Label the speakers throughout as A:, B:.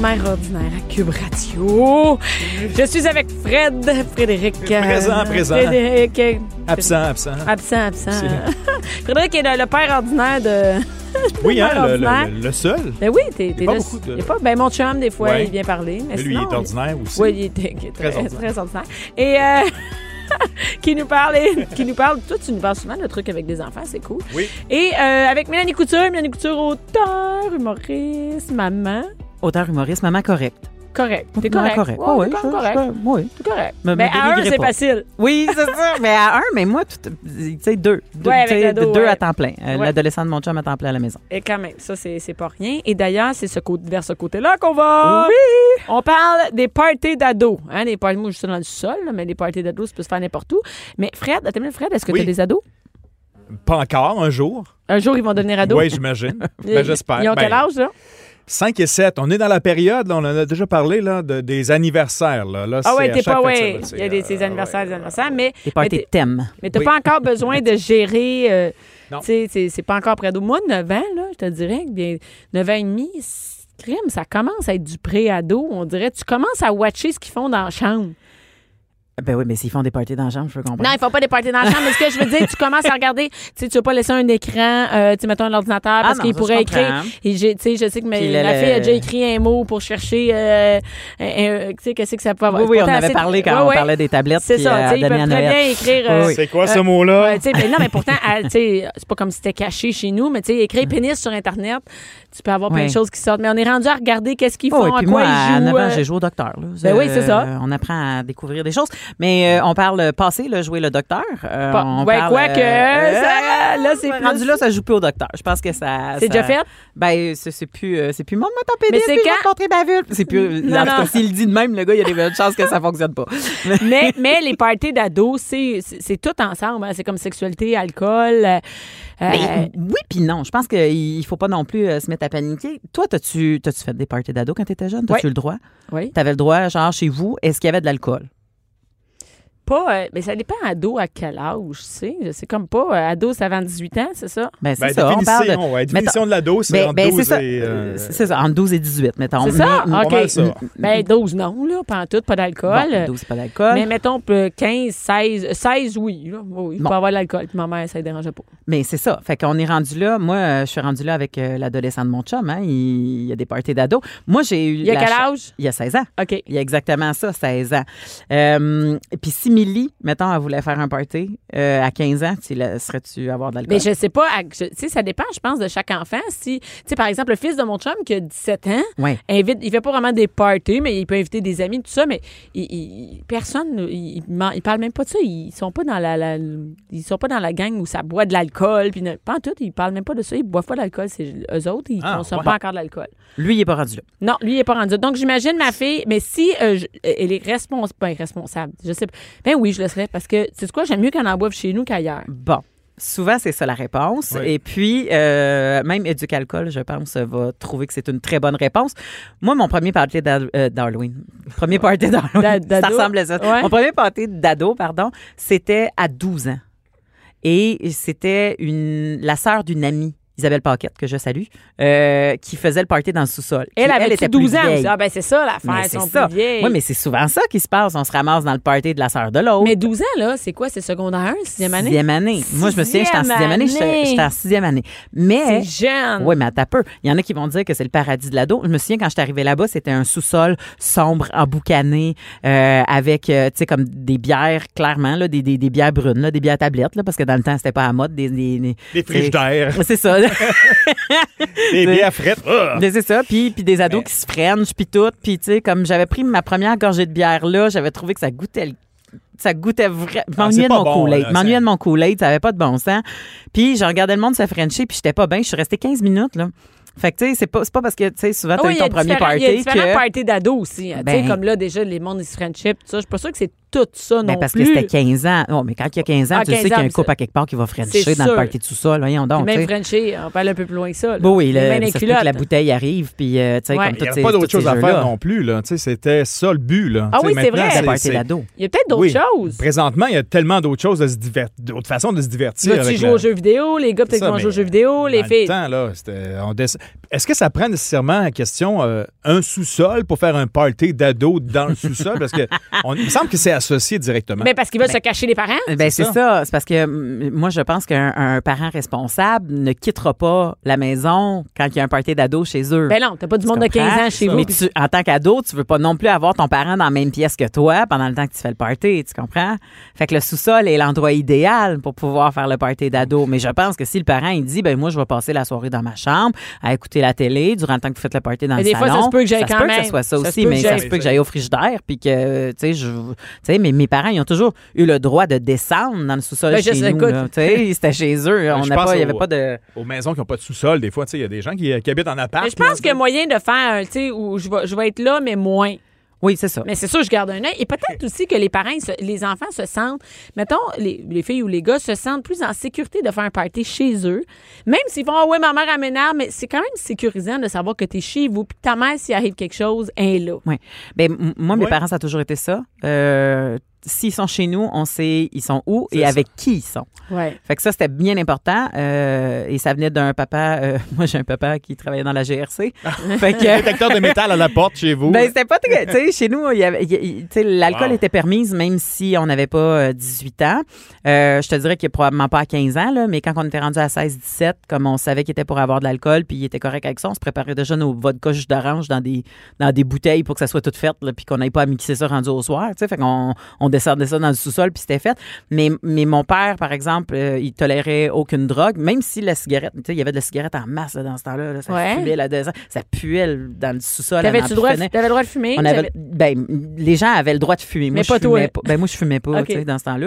A: Mère ordinaire à Cube Radio. Je suis avec Fred, Frédéric. euh,
B: Présent, présent.
A: Frédéric. euh,
B: Absent, absent.
A: Absent, absent.
B: C'est-
A: Frédéric est le, le père ordinaire de.
B: oui,
A: mère
B: hein, le, le-
A: ordinaire.
B: le- le seul.
A: Ben oui, t'es t'es
B: pas
A: là-
B: beaucoup de-
A: il y a pas- ben mon chum, des fois,
B: Ouais.
A: il vient parler. Mais
B: Mais lui, il
A: sinon,
B: est ordinaire aussi.
A: Oui, il est, il est très, très,
B: ordinaire.
A: ordinaire. Et euh, qui nous parle, et- qui nous parle. Toi, tu nous parles souvent le truc avec des enfants, c'est cool.
B: Oui.
A: Et euh, avec Mélanie Couture, Mélanie Couture, auteur, humoriste, maman.
C: Auteur, humoriste, maman correcte.
A: Correct. T'es
C: Maman
A: correct.
C: correcte.
A: Ouais,
C: Ah
A: t'es
C: je-
A: quand même correct.
C: je- oui.
A: T'es correct.
C: Me- me
A: Mais à un,
C: dénigrez
A: c'est
C: pas.
A: facile.
C: Oui, c'est ça. Mais à un, mais moi, tout, tu sais, deux. Deux,
A: Ouais, avec
C: tu sais,
A: l'ado,
C: deux
A: ouais.
C: à temps plein. Euh,
A: Ouais.
C: L'adolescent de mon chum à temps plein à la maison.
A: Et quand même, ça, c'est c'est pas rien. Et d'ailleurs, c'est ce côté- vers ce côté-là qu'on va.
C: Oui!
A: On parle des parties d'ados. Hein, des parties, moi, je suis dans le sol, là, mais les parties d'ados, ça peut se faire n'importe où. Mais Fred, attends une minute, Fred, est-ce que
B: Oui.
A: tu as des ados?
B: Pas encore, un jour.
A: Un jour, ils vont devenir ados.
B: Oui, j'imagine.
A: Ils-
B: ben, j'espère.
A: Ils ont
B: Ben,
A: quel âge, là?
B: 5 et 7. On est dans la période, là, on en a déjà parlé, là, de- des anniversaires. Là. Là,
A: Ah
B: c'est
A: ouais,
B: à
A: t'es
B: chaque
A: pas,
B: fin de
A: ouais.
B: semaine,
A: Il
B: c'est,
A: y a des,
B: euh,
A: des anniversaires,
B: ouais.
A: des anniversaires, mais,
C: Des
A: mais
C: parties de
A: t'es-
C: thème.
A: mais t'as
B: Oui.
A: pas encore besoin de gérer. euh,
B: Non.
A: tu sais, c'est- c'est pas encore près d'eau. Moi, 9 ans, là, je te dirais, que bien, 9 ans et demi, c'est- crime, ça commence à être du pré-ado. On dirait, tu commences à watcher ce qu'ils font dans la chambre.
C: Ben oui, mais s'ils font des parties dans la chambre, je peux
A: Non,
C: comprendre.
A: il faut pas des parties dans la chambre. Mais ce que je veux dire, tu commences à regarder. Tu sais, tu veux pas laisser un écran, euh, tu sais, mettons un ordinateur, parce
C: Ah non,
A: qu'il
C: ça,
A: pourrait
C: je comprends.
A: écrire. Et j'ai- tu sais, je sais que ma,
C: Puis le-
A: ma fille a
C: le-
A: déjà écrit un mot pour chercher, euh, un- un- tu sais, qu'est-ce que ça peut avoir.
C: oui, oui, on
A: Pourtant,
C: avait
A: c'est-
C: parlé quand
A: Ouais,
C: on
A: ouais.
C: parlait des tablettes.
A: C'est
C: puis,
A: ça,
C: euh,
A: tu sais, ils
C: Damian
A: peuvent très
C: Noël.
A: bien écrire. euh,
C: Oui, oui.
B: C'est quoi ce
A: Euh,
B: mot-là?
A: Ouais, tu sais, mais non, mais pourtant, à- tu sais, c'est pas comme si c'était caché chez nous, mais tu sais, écrire pénis sur Internet, tu peux avoir plein
C: Ouais.
A: de choses qui sortent. Mais on est rendu à regarder qu'est-ce qu'ils font,
C: Oh, et
A: à
C: puis
A: quoi
C: moi,
A: ils
C: à
A: jouent.
C: 9 ans,
A: euh,
C: j'ai joué au docteur. là.
A: Ben oui, c'est
C: Euh,
A: ça.
C: On apprend à découvrir des choses. Mais euh, on parle euh, passé, là, jouer le docteur. Euh,
A: Pas-
C: on
A: ouais,
C: parle,
A: quoi que, ça- là, c'est
C: rendu
A: plus-
C: là, ça joue plus au docteur. Je pense que ça.
A: C'est
C: ça-
A: déjà fait?
C: Ben, c'est c'est plus, euh, c'est plus mon mot
A: Mais
C: pénis,
A: c'est
C: puis je vais
A: quand-
C: te montrer ma vulve. C'est plus.
A: Non,
C: en tout cas,
A: non.
C: S'il le dit de même, le gars, il y a des bonnes chances que ça fonctionne pas. Mais-
A: mais, mais les parties d'ados, c'est, c'est, c'est tout ensemble. hein. C'est comme sexualité, alcool. euh, euh,
C: Mais oui, puis non. Je pense qu'il ne faut pas non plus euh, se mettre à paniquer. Toi, t'as-tu t'as-tu fait des parties d'ados quand t'étais jeune? T'as-tu
A: Ouais.
C: le droit?
A: oui.
C: T'avais le droit, genre, chez vous, est-ce qu'il y avait de l'alcool?
A: Pas, euh, mais ça dépend ado à quel âge, tu sais. C'est comme pas euh, ado, ça avant 18 ans, c'est ça?
C: Ben, c'est
B: Ben,
C: ça. On parle de...
B: définition, ouais,
C: mettons-
B: définition de la dose, c'est
C: Ben,
B: entre
C: ben,
B: 12
C: c'est ça.
B: et... euh,
C: C'est c'est ça, entre 12 et 18, mettons.
A: C'est ça?
C: Mais-
A: Ah,
B: pas
A: OK.
B: mal ça.
A: Ben, 12, non, là. Pas en tout, pas d'alcool.
C: Bon, 12, c'est pas d'alcool.
A: Mais
C: Mais,
A: mettons euh, 15, 16, euh, 16, oui. Là. Oui, je
C: Bon.
A: peux avoir de l'alcool. Puis ma mère, ça ne dérangeait pas.
C: c'est ça. Fait qu'on est rendu là. Moi, euh, je suis rendu là avec euh, l'adolescent de mon chum. Hein. Il, il y a des parties d'ados. Moi, j'ai eu.
A: Il y a
C: la
A: quel
C: chance-
A: âge?
C: Il y a 16 ans.
A: OK.
C: Il y a exactement ça, 16 ans. Euh, Puis si Millie, mettons, elle voulait faire un party euh, à 15 ans, tu la- serais-tu avoir de l'alcool?
A: Mais je sais pas, à- je- tu sais, ça dépend, je pense, de chaque enfant. Si, tu sais, par exemple, le fils de mon chum qui a 17 ans,
C: Ouais.
A: invite, il fait pas vraiment des parties, mais il peut inviter des amis, tout ça, mais il- il- personne, il, il m'en- il parle même pas de ça. Ils sont pas dans la, la- ils sont pas dans la gang où ça boit de l'alcool, puis ne- pas en tout, ils parlent même pas de ça. Ils boivent pas d'alcool, c'est eux autres, ils
B: Ah,
A: consomment
B: ouais.
A: pas encore de l'alcool.
C: Lui, il n'est pas rendu là.
A: Non, lui, il n'est pas rendu. Donc, j'imagine ma fille, mais si euh, je- elle est responsable, pas responsable, je sais pas. Ben oui, je le serais, parce que, tu sais quoi, j'aime mieux qu'elle en boive chez nous qu'ailleurs.
C: Bon. Souvent, c'est ça la réponse.
B: Oui.
C: Et puis, euh, même Éducalcool, je pense, va trouver que c'est une très bonne réponse. Moi, mon premier party d'Hal- euh, d'Halloween, premier party
A: D'a-
C: d'Halloween, ça
A: d'ado?
C: ressemble à ça.
A: Ouais.
C: Mon premier party d'ado, pardon, c'était à 12 ans. Et c'était une la sœur d'une amie Isabelle Paquette, que je salue, euh, qui faisait le party dans le sous-sol. Puis
A: Elle avait
C: était
A: 12
C: plus
A: ans. elle
C: vieille.
A: dit, Ah, ben c'est ça
C: Mais
A: l'affaire,
C: c'est
A: ils sont
C: ça.
A: plus vieilles.
C: Oui, mais c'est souvent ça qui se passe. On se ramasse dans le party de la sœur de l'autre.
A: Mais 12 ans, là, c'est quoi? C'est secondaire 1, sixième année?
C: Sixième année. Moi, je me souviens, j'étais en
A: Sixième
C: sixième année. J'étais
A: année.
C: j'étais en sixième année. Mais.
A: C'est jeune.
C: Oui, mais t'as peu. Il y en a qui vont dire que c'est le paradis de l'ado. Je me souviens quand je suis arrivée là-bas, c'était un sous-sol sombre, emboucané, euh, avec, euh, tu sais, comme des bières, clairement, là, des, des, des bières brunes, là, des bières tablettes, là, parce que dans le temps, c'était pas à mode. Des, des, des,
B: Des frigidaires,
C: C'est ça.
B: des bières frettes. Ah!
C: Mais c'est ça, puis, puis des ados qui se freinent, puis tout, puis tu sais, comme j'avais pris ma première gorgée de bière là, j'avais trouvé que ça goûtait le- ça goûtait vraiment. M'ennuyait de
B: Ah, pas
C: mon
B: bon,
C: Kool-Aid.
B: là,
C: M'ennuyait
B: ça-
C: de mon Kool-Aid, ça avait pas de bon sens. Puis je regardais le monde se frencher, puis j'étais pas bien. Je suis restée 15 minutes, là. Fait que tu sais, c'est pas, c'est pas parce que tu sais, souvent
A: Ah
C: t'as
A: oui,
C: eu
A: il y a
C: ton premier
A: différents- Il y a
C: party
A: différents
C: que.
A: parties d'ados aussi. hein.
C: Ben-
A: tu sais, comme là, déjà, les mondes, ils se friendship, tout ça. Je suis pas sûre que c'est tout ça non
C: Ben, parce
A: plus.
C: que c'était 15 ans. Oh, mais quand il y a 15 ans,
A: Ah,
C: tu
A: 15
C: sais qu'il y a
A: ans,
C: un couple
A: c'est-
C: à quelque part qui va frencher
A: c'est
C: dans le
A: sûr.
C: party de tout ça, voyons
A: Puis
C: donc. tu
A: même
C: sais.
A: Frenchie, on parle un peu plus loin que ça. là.
C: Bon, oui,
A: Les
C: là,
A: mains dans
C: ça
A: les
C: se peut que la
A: culottes.
C: bouteille arrive, puis euh, tu sais,
A: Ouais.
C: comme
B: Il n'y
C: toutes
B: avait
C: ces-
B: pas d'autre
C: tous ces
B: chose à
C: jeux-là.
B: faire non plus. là. Tu sais, C'était ça le but. Là.
A: Ah
B: Tu sais,
A: oui, c'est
B: maintenant,
A: vrai.
C: C'était
B: c'est-
C: un party
B: c'est-
C: d'ado.
A: Il y a peut-être d'autres
B: Oui.
A: choses.
B: Présentement, il y a tellement d'autres choses, de se divert- d'autres façons de se divertir.
A: Là, tu
B: avec
A: joues
B: la-
A: aux jeux vidéo, les gars peut-être
B: Ça,
A: qu'ils vont
B: mais,
A: jouer aux jeux vidéo, les
B: dans
A: filles.
B: Le temps, là, c'était- on dess- Est-ce que ça prend nécessairement en question euh, un sous-sol pour faire un party d'ados dans le sous-sol? Parce que on- il me semble que c'est associé directement.
A: Mais Ben, parce qu'ils veulent se cacher les parents.
C: Ben c'est
B: C'est
C: ça.
B: ça.
C: C'est parce que mm, moi, je pense qu'un un parent responsable ne quittera pas la maison quand il y a un party d'ados chez eux.
A: Ben non, t'as pas du
C: Tu
A: monde de 15
C: comprends?
A: ans chez
C: Mais
A: vous.
C: tu, en tant qu'ado, tu veux pas non plus avoir ton parent dans la même pièce que toi pendant le temps que tu fais le party, tu comprends? Fait que le sous-sol est l'endroit idéal pour pouvoir faire le party d'ado. Mais je pense que si le parent, il dit, ben moi, je vais passer la soirée dans ma chambre à écouter la télé durant le temps que vous faites le party dans
A: Mais
C: le
A: des
C: salon.
A: fois, ça se peut que j'aille quand
C: que
A: même.
C: ce soit ça,
A: Ça se
C: aussi,
A: peut que
C: mais ça
A: j'aille.
C: se peut que j'aille au frigidaire puis que, tu sais, je, tu sais, mais mes parents, ils ont toujours eu le droit de descendre dans le sous-sol
A: Ben, je
C: chez
A: sais,
C: nous,
A: écoute.
C: là. Tu sais, c'était chez eux. On
B: Ben, je
C: n'a
B: pense
C: pas, il y
B: au-
C: avait pas de.
B: Aux maisons qui n'ont pas de sous-sol, des fois, tu sais, il y a des gens qui, qui habitent en appart.
A: Mais je pense qu'il y a moyen de faire, un, tu sais, où je vais, je vais être là, mais moins.
C: Oui, c'est ça.
A: Mais c'est sûr, je garde un œil. Et peut-être aussi que les parents, ils se- les enfants se sentent, mettons, les, les filles ou les gars se sentent plus en sécurité de faire un party chez eux. Même s'ils font, ah ouais, ma mère elle m'énerve, mais c'est quand même sécurisant de savoir que t'es chez vous, puis que ta mère, s'il arrive quelque chose, elle est là.
C: Oui. Ben, m- moi, mes
B: Ouais.
C: parents, ça a toujours été ça. Euh, S'ils sont chez nous, on sait ils sont où et
B: C'est ça.
C: avec qui ils sont.
A: Ouais.
C: Fait que ça, c'était bien important. euh, et ça venait d'un papa. euh, moi, j'ai un papa qui travaillait dans la GRC. fait que.
B: Détecteur de métal à la porte chez vous.
C: Ben, c'était pas très. Tu sais, chez nous, il y avait- il y- il- tu sais, l'alcool
B: Wow.
C: était permise même si on n'avait pas euh, 18 ans. Euh, je te dirais qu'il est probablement pas à 15 ans, là, mais quand on était rendu à 16-17, comme on savait qu'il était pour avoir de l'alcool, puis il était correct avec ça, on se préparait déjà nos vodka jus d'orange dans des, dans des bouteilles pour que ça soit tout fait, là, puis qu'on n'aille pas à mixer ça rendu au soir. tu sais. Fait qu'on on descendait ça dans le sous-sol, puis c'était fait. Mais, mais mon père, par exemple, euh, il tolérait aucune drogue, même si la cigarette, tu sais, il y avait de la cigarette en masse là, dans ce temps-là. là. ça
A: Ouais.
C: fumait là, dedans, ça puait le- dans le sous-sol. elle
A: T'avais-tu
C: en
A: le droit,
C: bouffonnait.
A: t'avais le droit de fumer?
C: On
A: J'avais-
C: avait, ben, les gens avaient le droit de fumer. Moi,
A: Mais
C: je
A: pas toi.
C: fumais pas. Ben, moi, je fumais pas,
A: Ok.
C: tu sais, dans ce temps-là.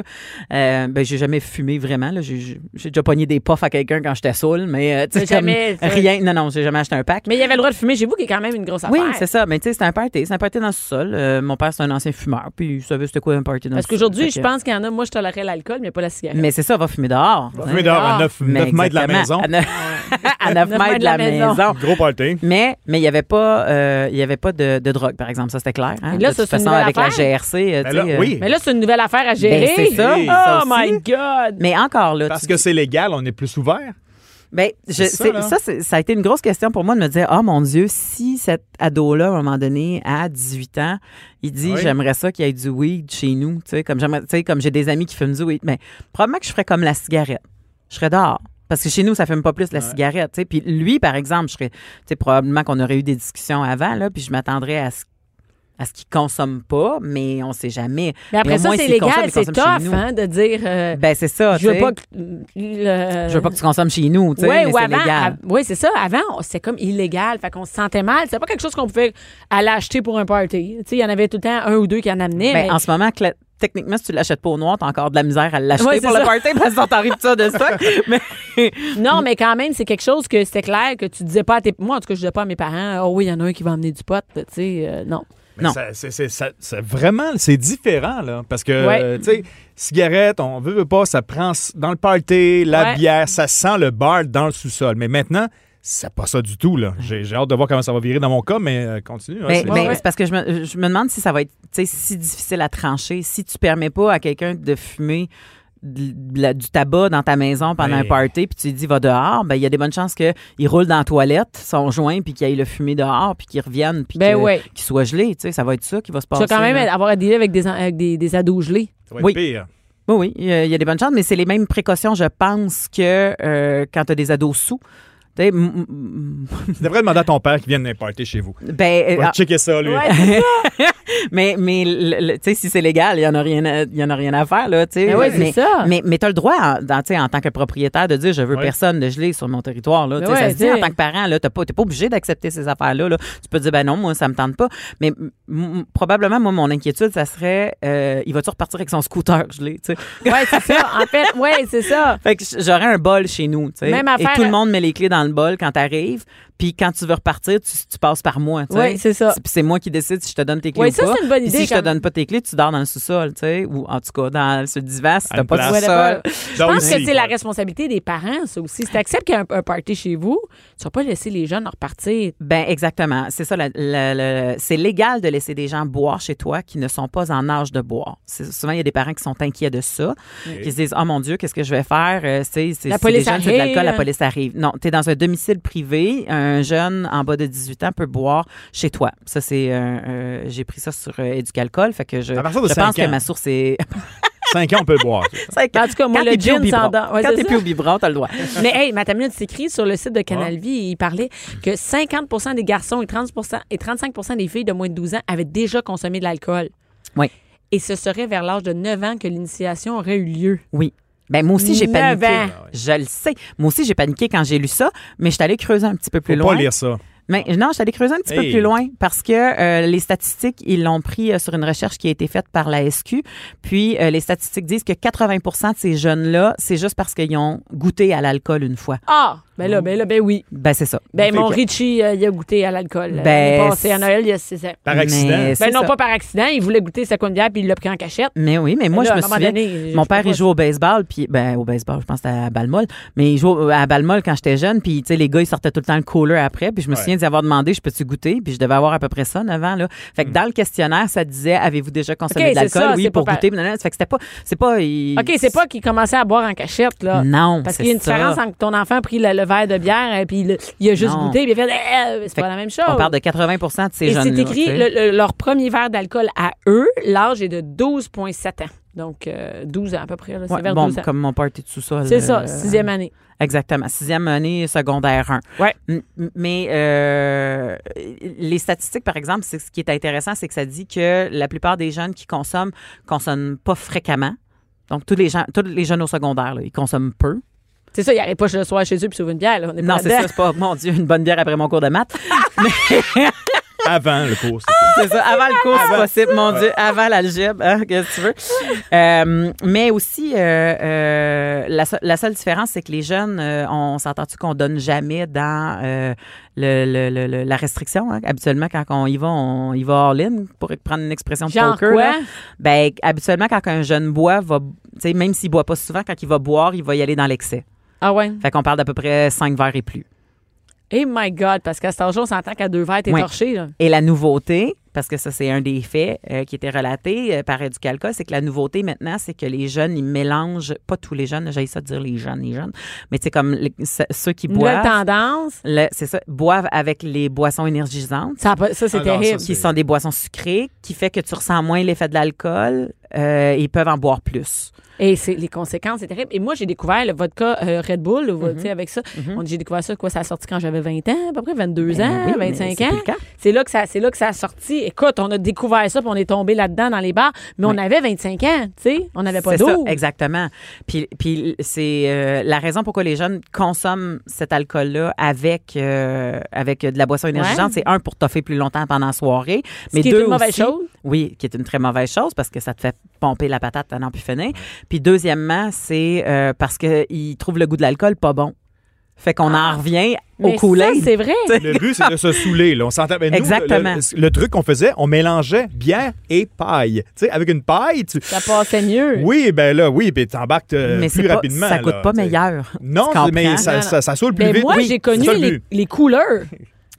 C: Euh, ben, j'ai jamais fumé vraiment, là. J'ai, j'ai- j'ai déjà pogné des puffs à quelqu'un quand j'étais saoul, mais, euh, tu sais,
A: T'as jamais-
C: comme rien. Non, non, j'ai jamais acheté un pack.
A: Mais il y avait le droit de fumer chez vous, qui est quand même une grosse
C: oui,
A: affaire.
C: c'est ça. Mais, tu sais, c'était un party. C'était un party dans le sol. mon père, c'est un ancien fumeur, puis il savait c'était quoi un party dans le
A: Parce
C: sous-sol.
A: qu'aujourd'hui,
C: Fait
A: je
C: que-
A: pense qu'il y en a, moi, je tolérais l'alcool, mais pas la cigarette.
C: Mais c'est ça, va fumer dehors.
B: On fumait dehors à 9, mètres
C: Mais
B: de la
C: exactement,
B: maison.
C: À 9, mètres de la maison.
B: Gros party.
C: Mais mais il n'y avait pas, euh, il y avait pas de, de drogue, par exemple. Ça, c'était clair. hein.
A: Et là,
C: de
A: ça,
C: toute
A: c'est une
C: façon,
A: nouvelle
C: avec la
A: affaire.
C: GRC, euh,
B: Ben
C: tu
B: là,
C: sais, euh,
B: oui.
A: Mais là, c'est une nouvelle affaire à gérer.
C: c'est ça,
A: Oh
C: ça
A: my
C: aussi.
A: God!
C: Mais encore là,
B: Parce
C: tu-
B: que c'est légal, on est plus ouvert.
C: ben, je-
B: c'est ça,
C: c'est-
B: là.
C: ça, c'est- ça a été une grosse question pour moi de me dire, oh mon Dieu, si cet ado-là, à un moment donné, à 18 ans, il dit,
B: Oui.
C: j'aimerais ça qu'il y ait du weed chez nous, tu sais, comme j'aimerais- tu sais, comme j'ai des amis qui fument du weed, mais probablement que je ferais comme la cigarette. Je serais dehors. Parce que chez nous, ça fume pas plus la cigarette. tu sais. Puis lui, par exemple, je serais, tu sais, probablement qu'on aurait eu des discussions avant, là, puis je m'attendrais à ce à ce qu'il consomme pas, mais on sait jamais.
A: Mais après
C: au
A: ça,
C: moins,
A: c'est
C: s'il consomme,
A: légal,
C: il
A: c'est
C: consomme chez
A: tough
C: nous.
A: hein, de dire euh,
C: Ben c'est ça.
A: je
C: tu
A: veux
C: sais.
A: pas que le-
C: je veux pas que tu consommes chez nous, tu sais,
A: Ouais,
C: mais
A: ou
C: c'est
A: avant,
C: légal.
A: à- ouais, c'est ça. Avant, on- c'était comme illégal. Fait qu'on se sentait mal. C'est pas quelque chose qu'on pouvait aller acheter pour un party. Tu sais, il y en avait tout le temps un ou deux qui en amenaient.
C: Ben,
A: mais-
C: En ce moment, cla- techniquement, si tu l'achètes pas au noir, t'as encore de la misère à l'acheter
A: Ouais, c'est
C: pour le
A: ça.
C: party parce que t'arrives ça de stock. Mais
A: Non, mais quand même, c'est quelque chose que c'était clair que tu disais pas à tes. Moi, en tout cas, je disais pas à mes parents, oh oui, il y en a un qui va emmener du pot. Tu sais, euh, non.
B: Mais
C: Non.
B: ça- c'est- c'est- ça- ça- vraiment, c'est différent, là. Parce que,
A: Ouais.
B: euh, tu sais, cigarette, on veut, veut pas, ça prend s- dans le party, la
A: Ouais.
B: bière, ça sent le bar dans le sous-sol. Mais maintenant, ça pas ça du tout, là. J'ai j'ai hâte de voir comment ça va virer dans mon cas, mais euh, continue. hein,
C: mais-
B: c'est-
C: mais c'est parce que je me, je me demande si ça va être tu sais, si difficile à trancher, si tu permets pas à quelqu'un de fumer de- de la- du tabac dans ta maison pendant
B: Ouais.
C: un party, puis tu lui dis va dehors, ben il y a des bonnes chances qu'ils roulent dans la toilette, sont joints, puis qu'ils aillent le fumer dehors, puis qu'ils reviennent, puis
A: Ben
C: que-
A: ouais.
C: qu'ils soient gelés. Tu sais, ça va être ça qui va se
A: Tu
C: passer. hein.
A: vas quand même
C: là.
A: avoir à dealer avec des, en- avec des, des ados gelés.
B: Ça va être
C: Oui.
B: pire.
C: Oui, oui, il y a- il y a des bonnes chances, mais c'est les mêmes précautions, je pense, que euh, quand tu as des ados sous. Tu sais, m- m-
B: Tu devrais demander à ton père qu'il vienne d'un party chez vous.
C: ben,
B: Va
A: ah.
C: euh,
B: checker ça, lui.
C: mais mais le- le- tu sais, si c'est légal, il y en a rien à, il y en a rien à faire là, tu sais.
A: Ben oui, c'est
C: mais
A: ça.
C: mais, mais t'as le droit en, dans- tu sais, en tant que propriétaire de dire je veux
B: Ouais.
C: personne de gelé sur mon territoire là,
A: Ben
C: Tu sais, ça
A: ouais,
C: se dit en
A: t'sais.
C: tant que parent là, t'as pas t'es pas obligé d'accepter ces affaires là, Tu peux dire ben non, moi ça me tente pas, mais m- m- probablement moi mon inquiétude ça serait euh, il va-tu repartir avec son scooter gelé, tu sais.
A: Ouais, c'est ça. En fait, ouais, c'est ça.
C: Fait que j- j'aurais un bol chez nous, tu sais.
A: Même
C: Et
A: affaire. euh,
C: tout le monde met les clés dans le bol quand t'arrives. Puis quand tu veux repartir, tu, tu passes par moi, tu sais.
A: Ouais, c'est ça.
C: Puis c'est moi qui décide si je te donne tes clés
A: Ouais,
C: ou
A: ça,
C: pas.
A: c'est une bonne
C: Puis
A: idée,
C: si je te
A: comme-
C: donne pas tes clés, tu dors dans le sous-sol, tu sais. Ou en tout cas, dans ce divan si
B: À
C: t'as
B: une
C: pas de
B: place.
C: sous-sol.
A: Je pense que c'est la responsabilité des parents, ça aussi. Si tu acceptes qu'il y a un, un party chez vous, tu vas pas laisser les jeunes repartir.
C: Ben exactement, c'est ça. la- la- la- c'est légal de laisser des gens boire chez toi qui ne sont pas en âge de boire. C'est- Souvent, il y a des parents qui sont inquiets de ça, qui se disent oh mon Dieu, qu'est-ce que je vais faire Euh, C'est c'est-
A: La
C: c'est
A: police
C: des jeunes, c'est de l'alcool, la
A: arrive.
C: police arrive. Non, t'es dans un domicile privé. Un jeune en bas de 18 ans peut boire chez toi. Ça c'est, euh, euh, j'ai pris ça sur euh, Éducalcool, fait que je,
B: À partir de
C: je
B: cinq
C: pense que
B: ans.
C: ma source est
B: 5 ans, on peut le
A: En
B: boire.
A: tout cas, moi,
C: Quand
A: le
C: t'es plus
A: gin
C: au
A: sans
C: biberon.
A: dents. Ouais,
C: Quand
A: c'est
C: t'es
A: ça.
C: plus au biberon, t'as le droit.
A: Mais hey, ma minute s'écrit sur le site de Canal Vie, il parlait que 50 des garçons et, 30 et 35 des filles de moins de 12 ans avaient déjà consommé de l'alcool.
C: Oui.
A: Et ce serait vers l'âge de 9 ans que l'initiation aurait eu lieu.
C: Oui. Ben moi aussi, j'ai
A: Neuf
C: paniqué.
A: ans.
B: Ah
C: Je le sais. Moi aussi, j'ai paniqué quand j'ai lu ça, mais je suis allée creuser un petit peu plus
B: Faut
C: loin.
B: pas lire ça.
C: Mais non, je suis allée creuser un petit
B: Hey.
C: peu plus loin parce que euh, les statistiques, ils l'ont pris euh, sur une recherche qui a été faite par la SQ. Puis euh, les statistiques disent que 80 de ces jeunes-là, c'est juste parce qu'ils ont goûté à l'alcool une fois.
A: Ah! Ben là, ben là, ben oui.
C: Ben c'est ça.
A: Ben,
B: Fait
A: mon
B: que-
A: Richie, euh, il a goûté à l'alcool. euh,
C: Ben,
A: l'année passée, à
C: c'est-
A: Noël, il a, c'est ça.
B: Par
C: Mais
B: accident.
C: c'est
A: Ben non,
C: ça.
A: pas par accident. Il voulait goûter sa coupe de bière, puis il l'a pris en cachette.
C: Mais oui, mais moi,
A: Ben là, à
C: je me
A: un moment
C: souviens,
A: donné, je-
C: mon
A: je
C: père,
A: peux
C: il
A: pas-
C: jouait au baseball, puis, ben, au baseball, je pense que c'était à Balmol, mais il jouait au- à Balmol quand j'étais jeune, puis, tu sais, les gars, ils sortaient tout le temps le cooler après, puis je me
B: Ouais.
C: souviens d'y avoir demandé, je peux-tu goûter, puis je devais avoir à peu près ça, 9 ans, là. Fait que dans le questionnaire, ça disait, avez-vous déjà consommé
A: Hmm. Ok,
C: de
A: c'est
C: l'alcool?
A: ça,
C: Oui,
A: c'est
C: pour
A: pas
C: goûter, mais non, non, fait que c'était pas, c'est pas, il-
A: OK, c'est pas qu'il commençait à boire en cachette, là.
C: Non,
A: Parce
C: c'est
A: qu'il y a une
C: ça.
A: différence entre ton enfant a pris le, le verre de bière et puis il, il a juste
C: Non.
A: goûté puis il a fait Eh, c'est
C: Fait
A: pas la même chose.
C: On parle de 80 de ces
A: Et
C: jeunes-là.
A: c'est écrit
C: tu sais.
A: le- le- leur premier verre d'alcool à eux, l'âge est de 12,7 ans. Donc, euh, 12 ans à peu près. là, c'est
C: Ouais,
A: vers
C: bon,
A: 12 ans.
C: comme mon party de sous-sol.
A: C'est ça,
C: euh,
A: sixième année.
C: Exactement. Sixième année secondaire 1.
A: Ouais.
C: M- m- Mais euh, les statistiques, par exemple, c'est ce qui est intéressant, c'est que ça dit que la plupart des jeunes qui consomment consomment pas fréquemment. Donc, tous les, gens, tous les jeunes au secondaire, là, ils consomment peu.
A: C'est ça, ils n'arrivent pas le soir chez eux puis s'ouvrent une bière. Là, on est
C: Non,
A: pas
C: c'est
A: là-dedans.
C: ça, c'est pas, mon Dieu, une bonne bière après mon cours de maths.
B: Avant le cours.
C: C'est ça, avant le cours, c'est possible, mon Dieu, avant l'algèbre, hein, qu'est-ce que tu veux. Euh, mais aussi, euh, euh, la, so- la seule différence, c'est que les jeunes, euh, on s'entend-tu qu'on donne jamais dans euh, le, le- le- le- la restriction? hein? Habituellement, quand on y va, on y va all-in, pour prendre une expression de
A: Genre
C: poker.
A: quoi?
C: là. Ben, habituellement, quand un jeune boit, va, tu sais, même s'il boit pas souvent, quand il va boire, il va y aller dans l'excès.
A: Ah ouais.
C: Fait qu'on parle d'à peu près 5 verres et plus.
A: Eh my God, parce qu'à cet âge-là, on s'entend qu'à deux verres, t'es
C: Ouais.
A: torché. là.
C: Et la nouveauté, parce que ça, c'est un des faits euh, qui était relaté euh, par Educalca, c'est que la nouveauté maintenant, c'est que les jeunes, ils mélangent, pas tous les jeunes, j'ai ça de dire les jeunes, les jeunes, mais c'est comme les- ce- ceux qui
A: Une nouvelle
C: boivent,
A: tendance.
C: le- c'est ça, boivent avec les boissons énergisantes,
A: Ça, a pas- ça, c'est
B: Ah non,
A: terrible.
B: ça,
C: qui sont des boissons sucrées, qui fait que tu ressens moins l'effet de l'alcool, euh, ils peuvent en boire plus.
A: Et c'est les conséquences, c'est terrible. Et moi, j'ai découvert le vodka euh, Red Bull,
C: Mm-hmm.
A: ou, tu sais, avec ça. On- J'ai découvert ça, quoi, ça a sorti quand j'avais 20 ans, à peu près 22 ans,
C: Ben Eh oui, mais
A: 25
C: c'est
A: ans.
C: plus le cas.
A: C'est là que ça, c'est là que ça a sorti. Écoute, on a découvert ça, puis on est tombé là-dedans dans les bars, mais on avait 25 ans, tu sais, on n'avait pas
C: C'est ça,
A: d'eau.
C: exactement. Puis, puis c'est euh, la raison pourquoi les jeunes consomment cet alcool-là avec, euh, avec de la boisson énergisante. C'est un, pour toffer plus longtemps pendant la soirée. Mais
A: qui est
C: deux,
A: une mauvaise
C: aussi-
A: chose.
C: Oui, qui est une très mauvaise chose parce que ça te fait pomper la patate à n'en plus finir. Puis deuxièmement, c'est euh, parce qu'ils trouvent le goût de l'alcool pas bon. Fait qu'on en revient au
A: Ah. Mais ça,
C: coulet.
A: c'est vrai.
B: Le but, c'est de se saouler. Là. On s'entend. Ben, nous,
C: Exactement.
B: Le, le truc qu'on faisait, on mélangeait bière et paille. Tu sais, avec une paille, tu.
A: Ça passait mieux.
B: Oui, ben là, oui, puis t'embarques euh,
C: Mais c'est
B: plus
C: pas,
B: rapidement.
C: ça coûte
B: là,
C: pas
B: tu sais.
C: meilleur.
B: Non,
C: Tu comprends?
B: mais
A: Non,
B: ça,
A: non.
B: ça, ça saoule plus
A: Mais
B: vite.
A: Ben, moi,
B: Oui,
A: j'ai
B: c'est
A: connu
B: ça le
A: les,
B: but.
A: les couleurs.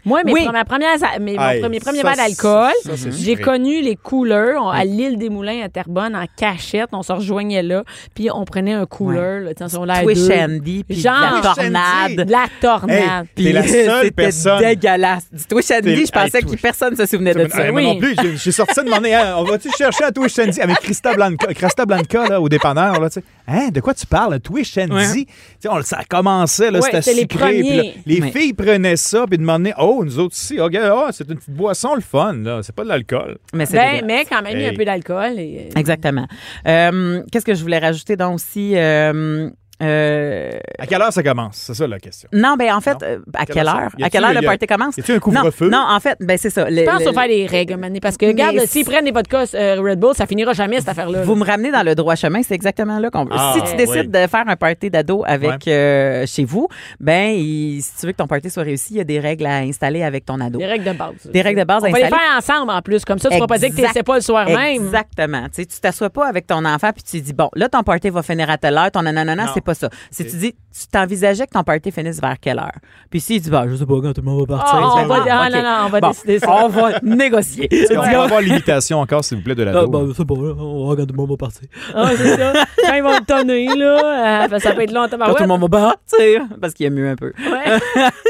A: Moi, mes
C: Oui.
A: pre- ma première, mes, mon
B: Aïe,
A: premier, premier
B: ça,
A: verre d'alcool,
B: ça, c'est
A: j'ai
B: sucré.
A: connu les couleurs on- à l'île des Moulins à Terrebonne en cachette. On se rejoignait là, puis on prenait un cooler. Là, tu sais, on secondaire
C: Twitch
A: deux.
C: Andy, puis de la
A: Genre-
C: tornade.
A: De la
B: Hey,
A: tornade.
B: t'es la
C: Puis
B: seule
C: c'était
B: personne.
C: dégueulasse. Du Twitch
B: T'es-
C: Andy, je
B: Hey,
C: pensais que
B: Twitch.
C: personne se souvenait de ça.
B: Ah, moi non plus, j'ai- j'ai sorti ça de mon nez. Hein, On va-tu chercher à Twitch Shandy avec Christa Blanca, Christa Blanca là, au dépanneur? Là, tu sais. hein, de quoi tu parles? Twitch Shandy? Tu sais, on- Ça commençait, là,
A: Ouais,
B: c'était
A: c'était les
B: sucré. puis là,
A: premiers.
B: les
C: Ouais.
B: filles prenaient ça puis demandaient Oh, nous autres ici, OK, ah, c'est une petite boisson, le fun. là, C'est pas de l'alcool.
C: Mais c'est
A: Ben,
C: dégueulasse.
A: mais quand même, il y a un
B: Hey.
A: peu d'alcool. et-
C: Exactement. Euh, Qu'est-ce que je voulais rajouter donc aussi? euh, euh,
B: À quelle heure ça commence? C'est ça la question.
C: non, ben en fait,
B: Non.
C: euh, à
B: Quelle
C: quelle
B: heure
C: heure?
B: ça? Y
C: À quelle heure
B: a-t-il-
C: le
B: y a-
C: party commence?
B: y a-t-il un
C: non,
B: couvre-feu?
C: non, en fait, ben c'est ça. Le-
A: Je pense
C: le-
A: qu'on faire des règles, mané, parce que
C: Mais
A: regarde,
C: c'est-
A: s'ils prennent des vodkas euh, Red Bull, ça finira jamais cette affaire-là.
C: Vous me ramenez dans le droit chemin, c'est exactement là qu'on veut.
B: Ah,
C: si tu décides de faire un party d'ado avec euh, chez vous, ben il- si tu veux que ton party soit réussi, il y a des règles à installer avec ton ado.
A: Des règles de base.
C: Des règles de base
A: On va les
C: installées.
A: faire ensemble en plus, comme ça, tu ne vas pas dire que tu
C: Exact.
A: sais pas le soir même.
C: Exactement. Tu sais, tu t'assois pas avec ton enfant puis tu dis bon, là ton party va finir à telle heure, ton nanana,
B: Non.
C: c'est pas ça. Si tu dis tu t'envisageais que ton party finisse vers quelle heure Puis s'il dit bah je sais pas quand tout le monde va partir.
A: Ah, on
C: Ben,
A: va-
C: ah,
A: ah,
C: ok.
A: non, non, on va
C: Bon,
A: décider ça.
C: On va négocier. Ah,
B: Est-ce qu'on peut avoir l'imitation encore, s'il vous plaît, de la dose?
C: c'est bon, on va quand tout le monde va partir.
A: Ah, c'est ça. Quand ils vont me tonner, là, euh, ben, ça peut être long en
C: Quand tout
A: tabarouette.
C: le monde va partir parce qu'il y a mieux un peu.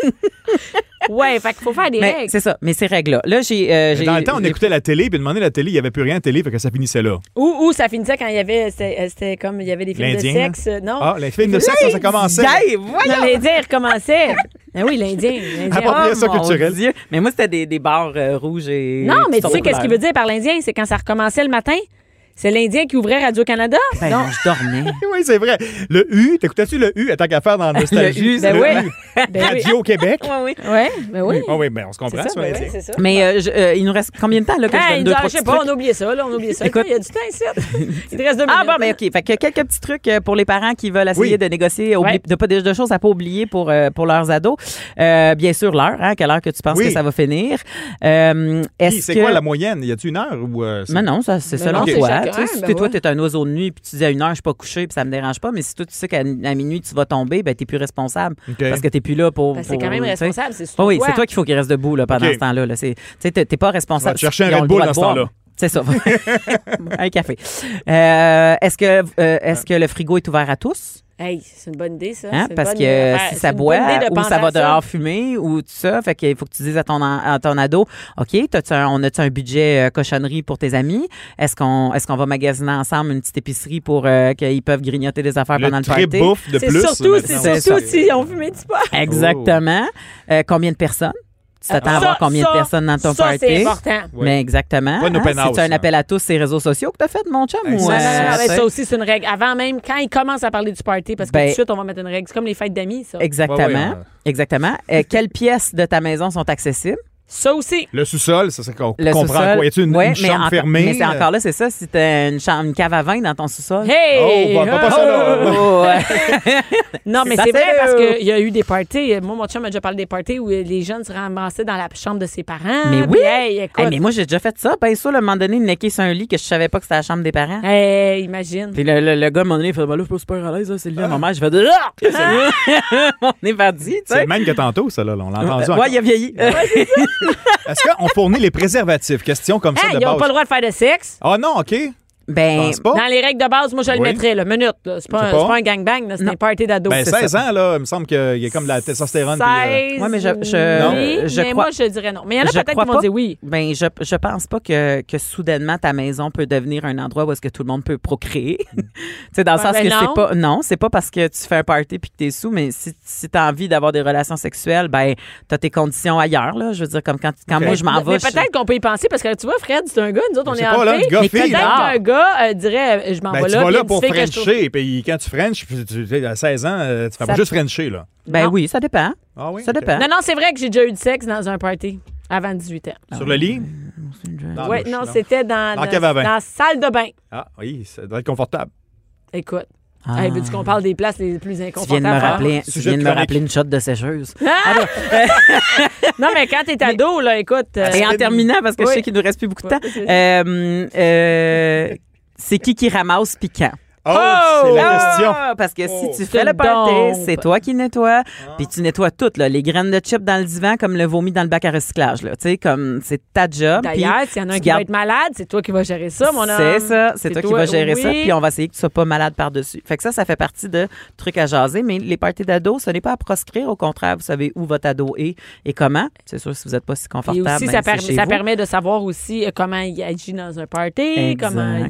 A: Ouais. ouais, fait qu'il faut faire des
C: Mais
A: règles.
C: c'est ça, mais ces règles-là. Là, j'ai. euh, j'ai-
B: Dans le temps, on
C: j'ai-
B: écoutait la télé, puis demandait la télé, il n'y avait plus rien à télé, fait que ça finissait là.
A: Ou, ou ça finissait quand il y avait, c'était euh, c'était comme il y avait des films de
B: L'Indien,
A: sexe. euh,
C: Oh.
A: Non.
B: Ah, les films de sexe, ça, ça commençait.
C: Hey, voyons!
A: Non, l'Indien, il recommençait. Ben oui, l'Indien. l'Indien.
B: Ah, Appropriation
C: mon
B: culturelle.
C: Dieu. Mais moi, c'était des, des barres euh, rouges et.
A: Non, mais tu
C: qui
A: sais
C: sont
A: qu'est-ce qu'il
C: couleurs.
A: veut dire par l'Indien? C'est quand ça recommençait le matin? C'est l'Indien qui ouvrait Radio-Canada?
C: Ben,
A: non.
C: je dormais.
B: Oui, c'est vrai. Le U, t'écoutais-tu le U? Attends qu'à faire dans Nostalgie.
C: U,
A: Ben
B: Le
A: oui.
B: U.
A: Ben oui.
B: Radio-Québec.
C: oui.
A: Ouais, ben oui.
B: Ah oui, ben on se
A: C'est
B: comprend
A: ça,
B: sur
A: ben
B: l'Indien.
A: oui, c'est ça.
C: Mais euh, je- euh, il nous reste combien de temps là, que je
A: Hey,
C: donne
A: il
C: deux,
A: nous
C: trois
A: je
C: petits
A: sais pas, on
C: trucs?
A: a oublié ça, là, on a oublié ça.
C: Écoute-
A: Il y a du temps ici. Il te reste deux minutes.
C: Ah bon, mais OK. Fait que quelques petits trucs euh, pour les parents qui veulent essayer
B: Oui.
C: de négocier, oublie-
A: Ouais.
C: de pas de, de choses à pas oublier pour euh, pour leurs ados. Euh, bien sûr l'heure, hein, quelle heure que tu penses
B: Oui.
C: que ça va finir. Euh,
B: Puis,
C: est-ce
B: C'est
C: que
B: quoi la moyenne? Y a-tu une heure ou. euh, c'est-
C: Mais non, ça, c'est
A: Mais
C: selon
A: non, c'est
C: toi.
A: chacun,
C: tu sais. si
A: ben
C: t'es- toi,
A: ouais.
C: t'es un oiseau de nuit, puis tu dis à une heure, je suis pas couché, puis ça me dérange pas, mais si toi, tu sais qu'à à minuit, tu vas tomber, ben t'es plus responsable.
B: OK.
C: Parce que t'es plus là pour.
A: Parce que Ben, c'est quand
C: pour-
A: même
C: tu sais.
A: responsable, c'est
C: Ah
A: surtout
C: oui,
A: toi.
C: c'est toi qu'il faut qu'il reste debout là, pendant
B: OK.
C: ce temps-là. là. C'est- Tu sais, t'es t'es pas responsable.
B: Va te chercher un
C: Ils ont
B: Red
C: le
B: Bull
C: droit
B: dans
C: de
B: ce
C: boire.
B: temps-là.
C: C'est ça. un café. Euh, est-ce que, euh, est-ce que le frigo est ouvert à tous?
A: Hey, c'est une bonne idée, ça.
C: Hein?
A: C'est une
C: Parce
A: bonne
C: que
A: idée à faire.
C: si
A: C'est
C: ça
A: une bonne
C: boit,
A: idée de
C: ou
A: penser
C: ça
A: à
C: va dehors fumer, ou tout ça, fait qu'il faut que tu dises à ton, en- à ton ado, OK, -tu un, on a-tu un budget euh, cochonnerie pour tes amis? Est-ce qu'on est qu'on va magasiner ensemble une petite épicerie pour euh, qu'ils peuvent grignoter des affaires pendant
B: Le
C: le
B: trip
C: party?
B: bouffe de
A: C'est
B: plus. euh,
A: surtout,
B: maintenant.
A: c'est
C: C'est
A: surtout
C: ça.
A: si on fumait du pot.
C: Exactement.
B: Oh.
C: Euh, combien de personnes? Tu t'attends à
A: Euh, Ça,
C: voir combien
A: ça,
C: de personnes dans ton
A: Ça,
C: party?
A: c'est important.
B: Ouais.
C: Mais exactement. Hein,
B: Pas nos penthouses,
C: C'est un
B: là.
C: appel à tous ces réseaux sociaux que t'as fait, mon chum?
B: hein. Exact.
C: ou,
A: Non, non, non,
C: euh,
A: non, ben,
C: tu sais?
A: ça aussi, c'est une règle. Avant même, quand ils commencent à parler du party, parce que
C: Ben-
A: tout de suite, on va mettre une règle. C'est comme les fêtes d'amis, ça.
C: Exactement.
B: Ouais, ouais, on-
C: Exactement. Euh, quelles pièces de ta maison sont accessibles?
A: Ça aussi.
B: Le sous-sol, ça, c'est qu'on
C: Le
B: comprend
C: sous-sol.
B: quoi. Y a-tu une,
C: Ouais,
B: une
C: mais
B: chambre
C: enco-
B: fermée?
C: Mais c'est encore là, c'est ça, si t'as une, chambre, une cave à vin dans ton sous-sol.
A: Hey! Oh!
B: Oh, on va pas passer là.
C: Oh, ouais.
A: Non, mais
C: Ça
A: c'est vrai
C: fait,
A: parce
C: euh,
A: qu'il y a eu des parties. Moi, mon chum m'a déjà parlé des parties où les jeunes se ramassaient dans la chambre de ses parents.
C: mais
A: Puis,
C: oui!
A: Hey, écoute.
C: Hey, mais moi, j'ai déjà fait ça. Ben, ça, le moment donné, necker sur un lit que je savais pas que c'était la chambre des parents.
A: Hey, imagine.
C: Puis le, le, le gars, à un moment donné, il fait Ben là, je suis pas super à l'aise, là, c'est le lit à ma mère. Je fais de On est parti, tu
B: C'est
C: sais.
B: le même que tantôt, ça, là. On l'a entendu. encore.
C: Ouais, il a vieilli.
B: Est-ce qu'on fournit les préservatifs? Question comme ça
A: Hey,
B: de
A: ils n'ont
B: base.
A: pas le droit de faire de sexe.
B: Ah non, OK. Je
C: ben,
B: pense pas.
A: Dans les règles de base, moi, je le
B: Oui.
A: mettrais, là. Minute, là. C'est pas, un-
B: Je sais pas.
A: c'est pas un gangbang, là. C'est
C: Non.
A: un party d'ados.
B: Ben,
A: C'est
B: 16 ans, là, il me semble qu'il y a comme de la testostérone. puis, euh,
A: 16,
C: Ouais, mais je-
A: oui,
C: je- je
A: mais
C: crois-
A: moi, je dirais non. Mais il y en a
C: je
A: peut-être
C: crois
A: qui vont
C: pas.
A: dire oui.
C: Ben, je, je pense pas que, que soudainement ta maison peut devenir un endroit où est-ce que tout le monde peut procréer. tu sais, dans le
A: Mm. Ouais,
C: sens
A: ben
C: que
A: non.
C: c'est pas. Non, c'est pas parce que tu fais un party puis que t'es sous, mais si, si t'as envie d'avoir des relations sexuelles, ben, t'as tes conditions ailleurs, là. Je veux dire, comme quand, quand
B: Ok.
C: moi Ben, je m'en
A: Mais
C: vais. je-
A: peut-être qu'on peut y penser parce que tu vois, Fred, c'est un gars, nous autres, on
B: Je sais
A: est
B: pas,
A: en
B: là,
A: paix.
B: du gars
A: Mais
B: fille,
A: peut-être
B: là.
A: qu'un gars euh, dirait euh, Je m'en
B: Ben,
A: vais
B: tu
A: là.
B: vas
A: puis
B: là
A: une
B: pour
A: fille que je trouve-
B: Frencher. Puis quand tu French, puis tu- tu- à 16 ans, euh, tu fais pas juste Frencher, là.
C: Ben
A: Non.
C: oui, ça dépend.
B: Ah oui?
C: Ça
B: OK.
C: dépend.
A: Non, non, c'est vrai que j'ai déjà eu du sexe dans un party avant 18 ans.
B: Sur le lit? Dans
A: Oui,
B: la douche,
A: non, c'était dans,
B: Dans la cave à Ah, vin.
A: dans la salle de bain.
B: Ah oui, ça doit être confortable.
A: Écoute.
C: Ah.
A: Hey, Veux-tu qu'on parle des places les plus
C: Tu viens
A: inconfortables? Ah!
C: de me rappeler, Ah, tu
B: Sujet
C: viens de me
B: chronique.
C: rappeler une shot de sécheuse.
A: Non, mais quand t'es ado, là, écoute. euh,
C: Et en terminant, parce que je
A: Oui.
C: euh, sais qu'il nous reste plus beaucoup de temps,
A: Oui, c'est
C: euh, euh, c'est qui qui ramasse piquant?
B: Oh, c'est la
C: Ah!
B: question.
C: Parce que
B: Oh.
C: si tu
A: C'est
C: fais le party,
A: donc.
C: c'est toi qui nettoies.
D: Ah.
C: Puis tu nettoies tout, là, les graines de chips dans le divan comme le vomi dans le bac à recyclage. là. Tu sais, comme c'est ta job. puis
A: D'ailleurs, s'il y en a un
C: tu
A: qui
C: gardes-
A: va être malade, c'est toi qui vas gérer ça, mon homme.
C: C'est ça, c'est toi, qui vas gérer ça,
A: oui.
C: puis on va essayer que tu sois pas malade par-dessus. Fait que ça, ça fait partie de trucs à jaser, mais les parties d'ados, ce n'est pas à proscrire. Au contraire, vous savez où votre ado est et comment. C'est sûr, si vous n'êtes pas si
A: Et
C: confortable,
A: aussi,
C: ben,
A: ça,
C: c'est
A: per-
C: chez
A: ça
C: vous.
A: permet de savoir aussi euh, comment il agit dans un party, comment...
C: Exactement.
A: euh,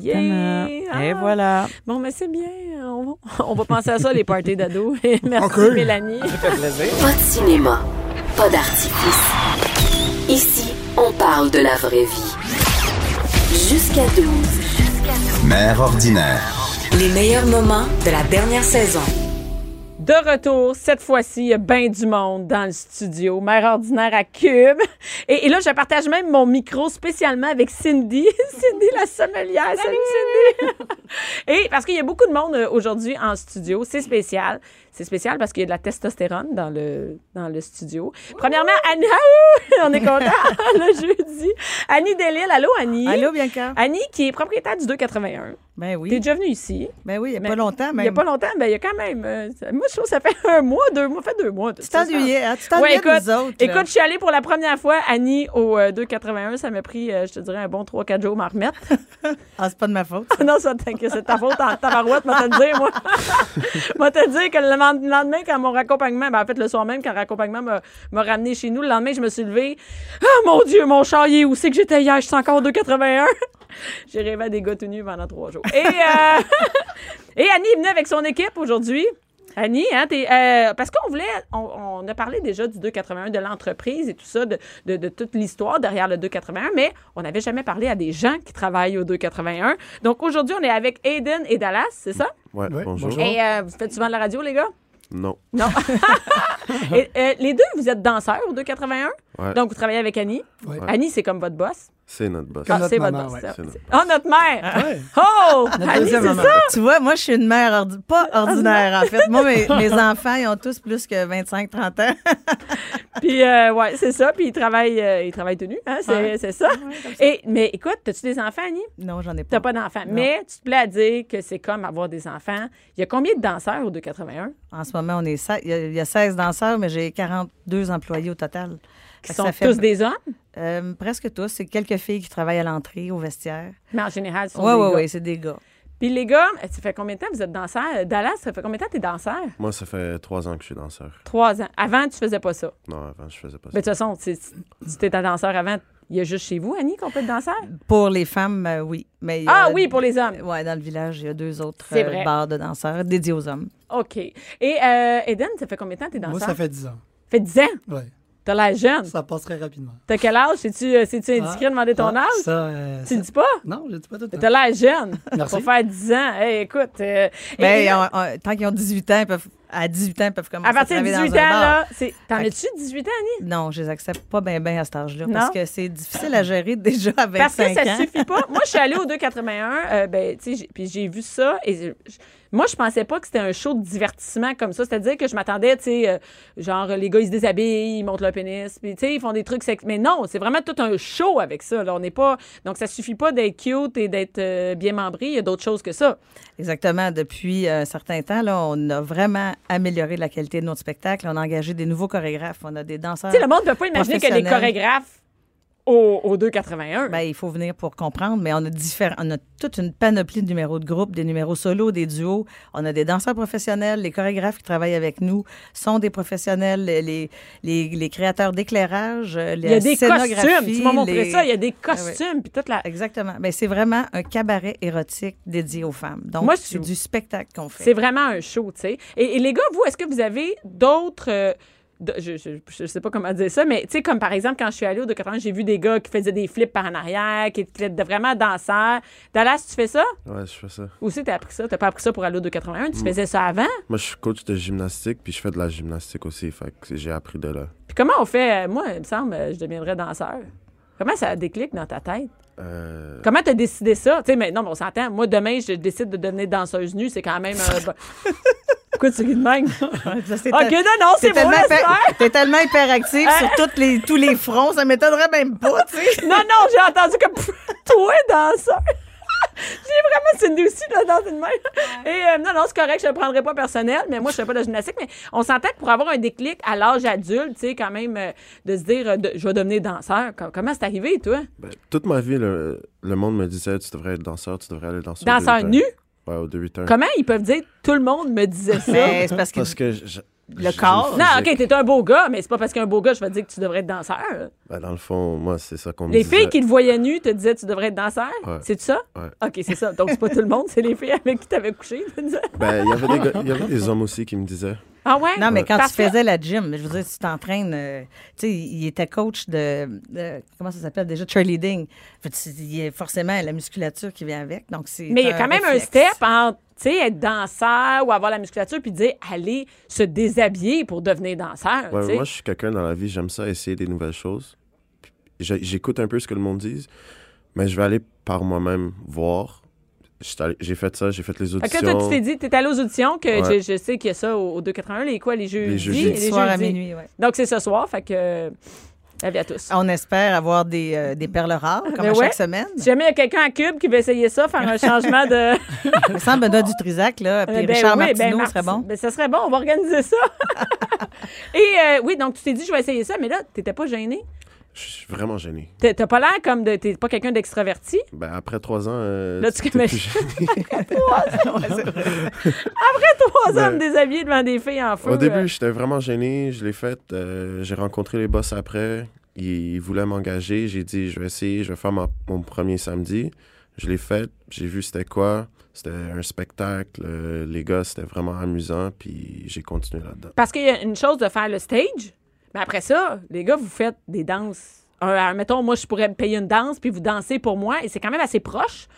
A: Yeah.
C: Et
A: Ah.
C: voilà.
A: Bon, mais c'est bien. On va, on va penser à ça, les parties d'ados. Merci,
E: Ok.
A: Mélanie.
F: Pas de cinéma, pas d'artifice. Ici, on parle de la vraie vie. Jusqu'à 12,
E: Mère ordinaire.
F: les meilleurs moments de la dernière saison.
A: De retour, cette fois-ci, il y a bien du monde dans le studio. Mère ordinaire à Cube. Et, et là, je partage même mon micro spécialement avec Cindy. Cindy, la sommelière. Salut, Cindy. et parce qu'il y a beaucoup de monde euh, aujourd'hui en studio. C'est spécial. C'est spécial parce qu'il y a de la testostérone dans le, dans le studio. Premièrement, Annie. Ah, ouh, on est content le jeudi. Annie Delille. Allô, Annie.
D: Allô, Bianca?
A: Annie, qui est propriétaire du 281.
D: Ben
A: T'es
D: oui.
A: déjà venue ici.
D: Ben oui, il n'y a
A: Mais-
D: pas longtemps,
A: Il
D: mais.
A: n'y a pas longtemps, mais il y a quand même. euh, ça- moi, je trouve que ça fait un mois, deux mois, fait deux mois.
D: Tu t'ennuyais, hein? Tu t'ennuyais
A: Ouais, écoute,
D: de nous autres. là.
A: Écoute, je suis allée pour la première fois, Annie, au euh, 281. Ça m'a pris, euh, je te dirais, un bon 3-4 jours à m'en remettre.
D: Ah, c'est pas de ma faute.
A: non, ça, t'inquiète, c'est ta faute en tabarouette, moi, te le dire, moi. moi, te dire que le lend- lendemain, quand mon raccompagnement, ben, en fait, le soir même, quand le raccompagnement m'a- m'a ramené chez nous, le lendemain, je me suis levée. Ah, mon Dieu, mon char, il est où c'est que j'étais hier? Je suis encore au 281. J'ai rêvé à des gars tout nus pendant trois jours. Et, euh, et Annie est venue avec son équipe aujourd'hui. Annie, hein, t'es, euh, parce qu'on voulait, on, on a parlé déjà du 281, de l'entreprise et tout ça, de, de- de toute l'histoire derrière le 281, mais on n'avait jamais parlé à des gens qui travaillent au 281. Donc aujourd'hui, on est avec Aiden et Dallas, c'est ça?
G: Ouais,
B: Ouais,
G: bonjour.
B: bonjour.
A: Et euh, vous faites souvent de la radio, les gars?
G: Non.
A: Non. Et, euh, les deux, vous êtes danseurs au 281,
G: Uh-huh. Ouais.
A: donc vous travaillez avec Annie.
H: Ouais.
A: Annie, c'est comme votre boss. Ah,
G: Ah, C'est notre boss.
H: Comme notre
A: c'est votre
H: maman,
A: boss.
H: ouais.
A: ça.
G: C'est notre-
A: Oh, notre mère!
H: Ouais.
A: Oh!
D: Notre
A: Annie,
D: deuxième
A: c'est
D: maman. Ah, Tu vois, moi, je suis une mère ordi- pas ordinaire, en fait. Moi, mes, mes enfants, ils ont tous plus que 25, 30 ans.
A: Puis, euh, ouais, c'est ça. Puis, il travaille, euh, il travaille tenu. Hein? C'est,
D: Ouais.
A: c'est ça. Et, mais écoute, as-tu des enfants, Annie?
D: Non, j'en ai pas.
A: T'as pas d'enfants. Mais tu te plais à dire que c'est comme avoir des enfants. Il y a combien de danseurs au 281
D: En ce moment, on est se- il y a- il y, a 16 danseurs, mais j'ai 42 employés au total.
A: qui
D: Fait que
A: sont
D: ça fait-
A: tous des hommes?
D: euh, presque tous. C'est quelques filles qui travaillent à l'entrée, au vestiaire.
A: Mais en général, ce sont
D: Oui,
A: des
D: oui,
A: gars.
D: oui, c'est des gars.
A: Puis les gars, euh, ça fait combien de temps vous êtes danseurs? Euh, Dallas, ça fait combien de temps que t'es danseur?
G: Moi, ça fait trois ans que je suis danseur.
A: Trois ans. Avant, tu faisais pas ça.
G: Non, avant, je faisais pas
A: Mais
G: ça.
A: de toute façon, tu tu étais danseur avant. Il y a juste chez vous, Annie, qu'on peut être danseur?
D: Pour les femmes, euh, oui. Mais il y a-
A: Ah oui, pour les hommes.
D: Ouais, dans le village, il y a deux autres
A: C'est
D: euh,
A: vrai.
D: bars de danseurs dédiés aux hommes.
A: OK. Et euh, Eden, ça fait combien de temps que t'es danseur?
H: Moi, ça fait 10 ans.
A: fait 10 ans.
H: Ouais.
A: T'as l'air jeune.
H: Ça passe très rapidement.
A: T'as quel âge? C'est-tu euh, c'est-tu indiscret de
H: Ah,
A: demander ton
H: ah,
A: âge?
H: Ça, euh,
A: tu
H: ça-
A: le dis pas?
H: Non, je le dis pas tout le
A: Mais
H: temps.
A: T'as l'air jeune.
H: Merci.
A: Pour faire 10 ans. Hey, écoute. euh,
D: Ben,
A: et- et-
D: on- on- tant qu'ils ont 18 ans, ils peuvent, à 18 ans, ils peuvent commencer
A: à
D: à,
A: partir de
D: travailler
A: 18
D: dans
A: ans,
D: un bar.
A: là. c'est- T'en
D: Fait que-
A: as-tu 18 ans, Annie?
D: Non, je les accepte pas bien bien à cet âge-là
A: Non?
D: parce que c'est difficile à gérer déjà à 25
A: Parce que ça
D: ans.
A: suffit pas. Moi, je suis allée au 281, euh, ben, tu sais, j'ai- puis j'ai vu ça. Et je- je- moi, je pensais pas que c'était un show de divertissement comme ça. C'est-à-dire que je m'attendais, tu sais, euh, genre, les gars, ils se déshabillent, ils montent leur pénis, puis, tu sais, ils font des trucs sex- Mais non, c'est vraiment tout un show avec ça. Là. On n'est pas. Donc, ça suffit pas d'être cute et d'être euh, bien membré. Il y a d'autres choses que ça.
D: Exactement. Depuis euh, un certain temps, là, on a vraiment amélioré la qualité de notre spectacle. On a engagé des nouveaux chorégraphes. On a des danseurs.
A: Tu sais, le monde ne peut pas imaginer que les
D: Professionnel.
A: chorégraphes au, au 281.
D: Ben, il faut venir pour comprendre, mais on a, différents, on a toute une panoplie de numéros de groupe, des numéros solos, des duos. On a des danseurs professionnels, les chorégraphes qui travaillent avec nous sont des professionnels, les, les, les créateurs d'éclairage, euh,
A: il y a
D: la
A: des costumes.
D: scénographie,
A: Tu m'as montré
D: les-
A: ça. Il y a des costumes. Puis toute la.
D: Exactement. Ben, c'est vraiment un cabaret érotique dédié aux femmes. Donc,
A: Moi,
D: c'est
A: je-
D: du spectacle qu'on fait.
A: C'est vraiment un show, tu sais. Et, et les gars, vous, est-ce que vous avez d'autres. euh, de- je, je, je sais pas comment dire ça, mais tu sais, comme par exemple, quand je suis allée au 281, j'ai vu des gars qui faisaient des flips par en arrière, qui étaient de- vraiment danseurs. Dallas, tu fais ça?
G: Ouais, je fais ça.
A: Ou si t'as appris ça? T'as pas appris ça pour aller au 281?
D: Mm.
A: Tu faisais ça avant?
G: Moi, je suis coach de gymnastique, puis je fais de la gymnastique aussi. Fait que j'ai appris de là.
A: Puis comment on fait? euh, Moi, il me semble, euh, je deviendrais danseur. Comment ça déclic dans ta tête?
G: Euh,
A: Comment t'as décidé ça? Tu sais, maintenant, on s'entend. Moi, demain, je décide de devenir danseuse nue. C'est quand même. euh, bon. Pourquoi tu ris de même?
D: C'est
A: OK, non, non, c'est
D: T'es
A: Hein? bon,
D: tellement,
A: laisse
D: hyper-
A: faire.
D: t'es tellement hyperactive
I: Euh,
D: sur toutes les, tous les fronts, ça m'étonnerait même pas, tu sais.
A: Non, non, j'ai entendu comme Pff, toi, danseur. J'ai vraiment Cindy aussi là, dans une main. Et euh, non, non, c'est correct, je ne le prendrai pas personnel, mais moi, je ne fais pas de gymnastique. Mais on s'entend que pour avoir un déclic à l'âge adulte, tu sais, quand même, euh, de se dire, euh, de- je vais devenir danseur. Com- Comment c'est arrivé, toi?
G: Ben, toute ma vie, le, le monde me disait tu devrais être danseur, tu devrais aller danser. au
A: Danseur
G: début.
A: nu?
G: Ouais, au début.
A: Comment ils peuvent dire, tout le monde me disait ça?
D: Mais Ben, c'est parce que.
G: Parce que. je- je-
D: Le
G: je-
D: corps.
G: je-
A: Non, OK, t'es un beau gars, mais c'est pas parce qu'un beau gars, je vais te dire que tu devrais être danseur.
G: Ben, dans le fond, moi, c'est ça qu'on me
A: Les
G: disait.
A: filles qui te voyaient nu te disaient tu devrais être danseur.
G: Ouais.
A: C'est ça?
G: Ouais.
A: OK, c'est ça. Donc, c'est pas tout le monde, c'est les filles avec qui t'avais couché. tu disais.
G: Ben, il y avait des gars- il y avait des hommes aussi qui me disaient.
A: ah ouais?
D: Non, mais quand tu
A: Parfait.
D: faisais la gym, je veux dire, tu t'entraînes, euh, tu sais, il était coach de, de- comment ça s'appelle déjà, cheerleading. Fait que c'est- Il y a forcément la musculature qui vient avec, donc c'est
A: Mais il y a quand même
D: réflexe.
A: un step entre tu sais, être danseur ou avoir la musculature puis dire aller se déshabiller pour devenir danseur.
G: Ouais,
A: Ah, tu sais.
G: moi, je suis quelqu'un dans la vie, j'aime ça, essayer des nouvelles choses. Puis j'ai- J'écoute un peu ce que le monde dit, mais je vais aller par moi-même voir. J'étais allé- J'ai fait ça, j'ai fait les
A: Fait que
G: auditions.
A: là, toi, tu t'es dit, t'es allé aux auditions, que
G: Ouais.
A: je, je sais qu'il y a ça au, au 281, les quoi, les jeudis?
G: Les jeudis.
D: Jeudi
G: Les
D: soir à
A: jeudis.
D: minuit, Ah. ouais.
A: Donc, c'est ce soir, fait que... euh, Avis à tous.
D: On espère avoir des, euh, des perles rares, comme
A: Mais
D: à
A: Ben ouais.
D: chaque semaine.
A: Si jamais il y a quelqu'un à Cube qui veut essayer ça, faire un changement de...
D: Il me semble Benoît Dutrisac, là, Ah, puis
A: Euh, ben
D: Richard
A: oui, ben
D: Martineau
A: Marti-
D: serait bon.
A: ben, ça serait bon, on va organiser ça. Et euh, oui, donc tu t'es dit, je vais essayer ça, mais là, t'étais pas gêné.
G: Je suis vraiment gêné.
A: T'as t'as pas l'air comme de. T'es pas quelqu'un d'extraverti.
G: Ben, après trois ans. euh,
A: Là, tu
G: t'es
A: commences-
G: plus gêné.
A: Trois
G: Ben,
A: hommes déshabillés devant des filles en feu.
G: Au
A: euh,
G: début, j'étais vraiment gêné. Je l'ai fait. euh, j'ai rencontré les boss après. Ils, ils voulaient m'engager. J'ai dit, je vais essayer. Je vais faire ma- mon premier samedi. Je l'ai fait. J'ai vu c'était quoi. C'était un spectacle. euh, les gars, c'était vraiment amusant. Puis j'ai continué là-dedans.
A: Parce qu'il y a une chose de faire le stage, mais après ça, les gars, vous faites des danses. Un à un. mettons, moi, je pourrais me payer une danse, puis vous dansez pour moi, et c'est quand même assez proche.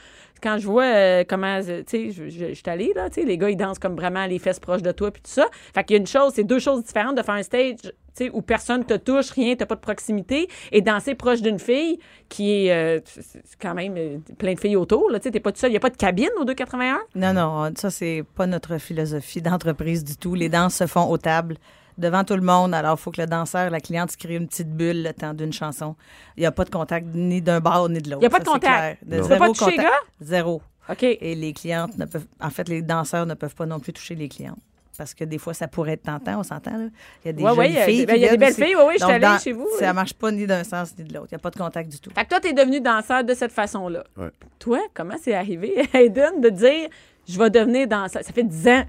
A: Quand je vois euh, comment, euh, tu sais, je, je- je suis allée, là, tu sais, les gars, ils dansent comme vraiment les fesses proches de toi, puis tout ça. Fait qu'il y a une chose, c'est deux choses différentes de faire un stage, tu sais, où personne te touche, rien, t'as pas de proximité, et danser proche d'une fille qui est euh, c'est- c'est quand même euh, plein de filles autour, là, tu sais, t'es pas tout seul. Il y a pas de cabine au 281?
D: Non, non, on- ça, c'est pas notre philosophie d'entreprise du tout. Les danses se font aux tables, devant tout le monde. Alors, il faut que le danseur, la cliente, se crée une petite bulle le temps d'une chanson. Il n'y a pas de contact ni d'un bar ni de l'autre.
A: Il y a pas
D: Ça,
A: de
D: c'est
A: contact.
D: clair.
A: Tu peux pas toucher les gars?
D: Zéro.
A: OK.
D: Et les clientes ne peuvent. En fait, les danseurs ne peuvent pas non plus toucher les clientes. Parce que des fois, ça pourrait être tentant, on s'entend. là. Il y a des
A: Ouais,
D: jolies
A: ouais, il y a-
D: filles.
A: ben, il y a
D: qui
A: des belles
D: viennent aussi.
A: filles, ouais, ouais, je suis
D: Donc,
A: allée
D: dans-
A: chez vous, là.
D: Ça marche pas ni d'un sens ni de l'autre. Il n'y a pas de contact du tout.
A: Fait que toi, t'es devenu danseur de cette façon-là.
G: Ouais.
A: Toi, comment c'est arrivé, Hayden, de dire je vais devenir danseur? Ça fait 10 ans.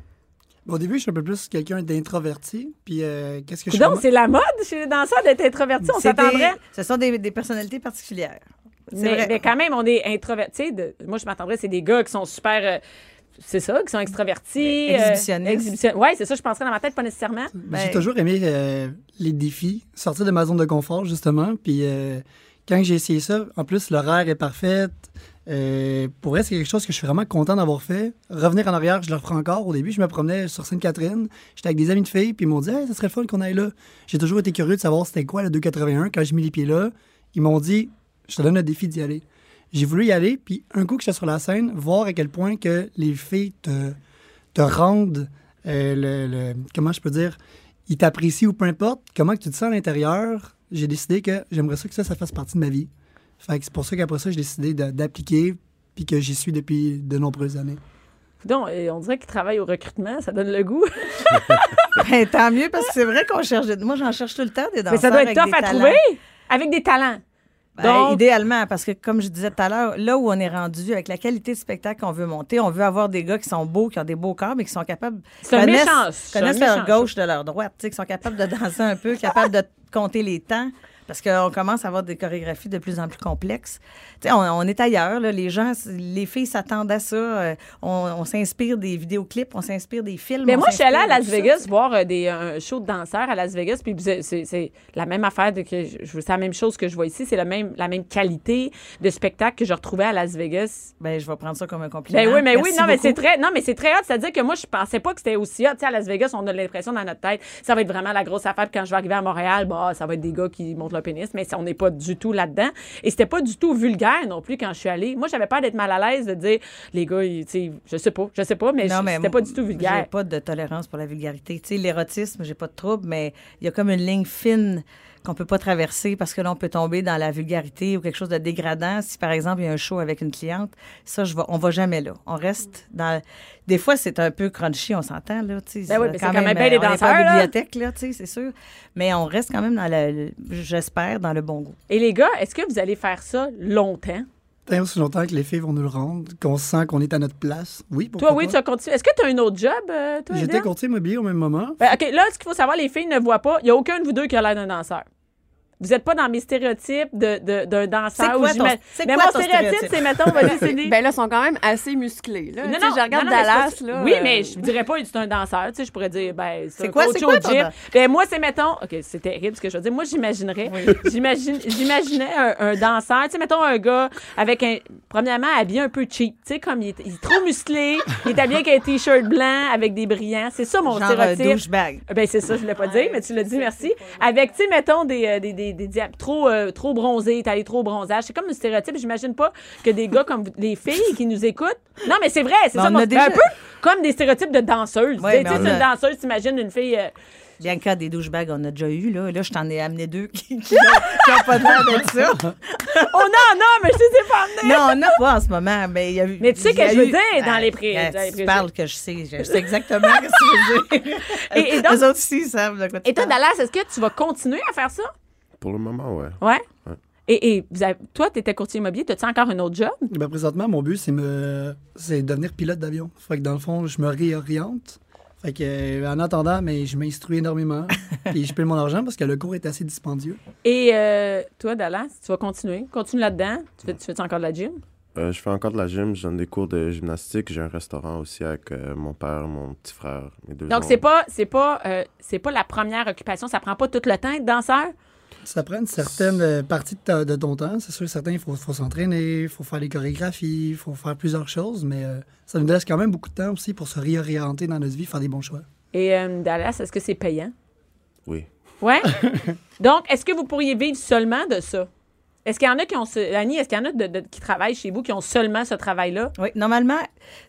H: Au début, je suis un peu plus quelqu'un d'introverti. Puis euh, qu'est-ce que je
A: Donc,
H: fais?
A: c'est la mode chez les danseurs d'être introverti. On
D: C'est des-
A: s'attendrait.
D: Ce sont des, des personnalités particulières. C'est
A: Mais,
D: vrai.
A: mais quand même, on est introverti. De- Moi, je m'attendrais, c'est des gars qui sont super. euh, c'est ça, qui sont extravertis.
D: Mais exhibitionnistes.
A: Oui, c'est ça, je penserais dans ma tête, pas nécessairement.
H: J'ai
D: Ben-
H: toujours aimé euh, les défis, sortir de ma zone de confort, justement. Puis euh, quand j'ai essayé ça, en plus, l'horaire est parfait. Euh, pour vrai, c'est quelque chose que je suis vraiment content d'avoir fait. Revenir en arrière, je le reprends encore. Au début, je me promenais sur Sainte-Catherine. J'étais avec des amis de filles, puis ils m'ont dit Hey, ça serait le fun qu'on aille là. J'ai toujours été curieux de savoir c'était quoi le 281. Quand j'ai mis les pieds là, ils m'ont dit Je te donne le défi d'y aller. J'ai voulu y aller, puis un coup que j'étais sur la scène, voir à quel point que les filles te, te rendent euh, le, le- Comment je peux dire Ils t'apprécient ou peu importe, comment que tu te sens à l'intérieur. J'ai décidé que j'aimerais ça que ça, ça fasse partie de ma vie. Fait que c'est pour ça qu'après ça, j'ai décidé de- d'appliquer, puis que j'y suis depuis de nombreuses années.
A: Donc, euh, on dirait qu'ils travaillent au recrutement, ça donne le goût.
D: Ben, tant mieux, parce que c'est vrai qu'on cherche. des- Moi, j'en cherche tout le temps des danseurs.
A: mais ça doit être
D: avec
A: tough
D: des
A: à
D: talents.
A: trouver avec des talents.
D: Ben,
A: Donc-
D: idéalement, parce que comme je disais tout à l'heure, là où on est rendu, avec la qualité de spectacle qu'on veut monter, on veut avoir des gars qui sont beaux, qui ont des beaux corps, mais qui sont capables.
A: C'est un
D: connaissent-
A: méchant, c'est
D: Connaissent
A: un
D: leur
A: méchant,
D: gauche de leur droite, tu sais, qui sont capables de danser un peu, capables de compter les temps. Parce qu'on commence à avoir des chorégraphies de plus en plus complexes. Tu sais, on, on est ailleurs. là. Les gens, les filles s'attendent à ça. Euh, On, on s'inspire des vidéoclips, on s'inspire des films.
A: Mais
D: on
A: moi, je suis allée
D: s'inspire
A: à
D: de
A: Las
D: tout ça,
A: Vegas
D: tu sais.
A: voir euh, des, un show de danseurs à Las Vegas, puis c'est- c'est c'est la même affaire de que je- je- c'est la même chose que je vois ici, c'est la même la même qualité de spectacle que je retrouvais à Las Vegas.
D: Ben, je vais prendre ça comme un compliment.
A: Ben oui, mais oui,
D: Merci
A: non, mais
D: beaucoup.
A: c'est très, non, mais c'est très hot. C'est-à-dire que moi, je pensais pas que c'était aussi hot. Tu sais, à Las Vegas, on a l'impression dans notre tête, ça va être vraiment la grosse affaire. Puis quand je vais arriver à Montréal, bah, ça va être des gars qui montent leur pénis, mais ça, on n'est pas du tout là-dedans. Et c'était pas du tout vulgaire non plus quand je suis allée. Moi, j'avais peur d'être mal à l'aise, de dire, les gars, ils- tu sais, je sais pas, je sais pas, mais, je-
D: Non, mais
A: c'était pas du tout vulgaire.
D: J'ai pas de tolérance pour la vulgarité. Tu sais, l'érotisme, j'ai pas de trouble, mais il y a comme une ligne fine qu'on peut pas traverser parce que là, on peut tomber dans la vulgarité ou quelque chose de dégradant. Si, par exemple, il y a un show avec une cliente, ça, je va, on va jamais là. On reste dans... Des fois, c'est un peu crunchy, on s'entend, là, tu sais.
A: Ben oui, mais c'est quand même bien les
D: euh, on est pas
A: danseurs,
D: à la
A: là.
D: bibliothèque, là, tu sais, c'est sûr. Mais on reste quand même dans la- le... J'espère, dans le bon goût.
A: Et les gars, est-ce que vous allez faire ça longtemps?
H: Tant aussi longtemps que les filles vont nous le rendre, qu'on sent qu'on est à notre place. Oui, pourquoi
A: Toi, oui,
H: pas?
A: tu as continué. Est-ce que tu as un autre job, euh, toi,
H: J'étais
A: Hélène?
H: courtier immobilier au même moment.
A: Ben, OK, là, ce qu'il faut savoir, les filles ne voient pas. Il n'y a aucun de vous deux qui a l'air d'un danseur. Vous n'êtes pas dans mes stéréotypes de- de- d'un danseur.
D: C'est
A: où
D: quoi ton-
A: j'imagine-
D: c'est
A: Mais
D: quoi
A: mon
D: ton
A: stéréotype,
D: stéréotype?
A: c'est, mettons, vas-y, c'est des-
I: Ben là, ils sont quand même assez musclés. Là.
A: Non,
I: Tu sais,
A: non,
I: je regarde
A: non, non, mais
I: Dallas.
A: c'est pas-
I: là,
A: Oui,
I: euh,
A: mais je dirais pas c'est un danseur. Tu sais, je pourrais dire, ben, ça,
D: C'est quoi-
A: coach
D: c'est quoi
A: au
D: ton
A: gym.
D: dan-
A: Ben, moi, c'est, mettons, OK, c'est terrible ce que je veux dire. Moi, j'imaginerais, j'imagine, j'imaginais un, un danseur, tu sais, mettons un gars avec un, premièrement, habillé un peu cheap, tu sais, comme il est, il est trop musclé, il est habillé avec un T-shirt blanc, avec des brillants. C'est ça, mon
D: Genre euh,
A: stéréotype.
D: douchebag.
A: Ben c'est ça, je voulais pas dire, mais tu l'as dit, merci. Avec, tu sais, mettons, des, euh, des, des, des diap- trop, euh, trop bronzés, t'as les trop bronzage. C'est comme un stéréotype. J'imagine pas que des gars comme vous- les filles qui nous écoutent. Non, mais c'est vrai, c'est
D: Ben,
A: ça.
D: on
A: mon-
D: a déjà-
A: Un peu comme des stéréotypes de danseuses.
D: Ouais,
A: tu sais,
D: mais
A: tu
D: on
A: sais, une
D: a-
A: danseuse, t'imagines une fille. euh,
D: Bien qu'à des douchebags, on a déjà eu, là. Là, je t'en ai amené deux qui n'ont pas de l'air d'être ça.
A: Oh non, non, mais je sais pas amené.
D: Non, on n'a pas en ce moment, mais il y a eu.
A: Mais tu sais
D: il y a
A: que je veux
D: eu-
A: dire dans les pré-
D: ah,
A: dans les
D: Tu
A: préjugés.
D: parles que je sais. Je sais exactement ce que tu veux dire.
A: Et- et donc-
D: Les autres aussi ils savent de quoi tu
A: Et toi,
D: parles.
A: Dallas, est-ce que tu vas continuer à faire ça?
G: Pour le moment, ouais.
A: Ouais. Et, et vous avez- toi, t'étais courtier immobilier, t'as-tu encore un autre job?
H: Ben, présentement, mon but, c'est me... c'est devenir pilote d'avion. Fait que dans le fond, je me réoriente. Fait que, euh, en attendant, mais je m'instruis énormément. puis je paye mon argent parce que le cours est assez dispendieux.
A: Et euh, toi, Dallas, tu vas continuer? Continue là-dedans? Tu fais- tu fais-tu encore de la gym?
G: Euh, je fais encore de la gym, je donne des cours de gymnastique, j'ai un restaurant aussi avec euh, mon père, mon petit frère, mes deux
A: Donc
G: oncles.
A: c'est pas c'est pas euh, c'est pas la première occupation, ça prend pas tout le temps être danseur.
H: Ça prend une certaine euh, partie de, ta- de ton temps. C'est sûr, certains, il faut, faut s'entraîner, il faut faire les chorégraphies, il faut faire plusieurs choses, mais euh, ça nous laisse quand même beaucoup de temps aussi pour se réorienter dans notre vie, faire des bons choix.
A: Et euh, Dallas, est-ce que c'est payant
G: Oui.
A: Ouais. Donc est-ce que vous pourriez vivre seulement de ça Est-ce qu'il y en a qui ont ce... Annie, est-ce qu'il y en a de- de- qui travaillent chez vous qui ont seulement ce travail là
D: Oui, normalement,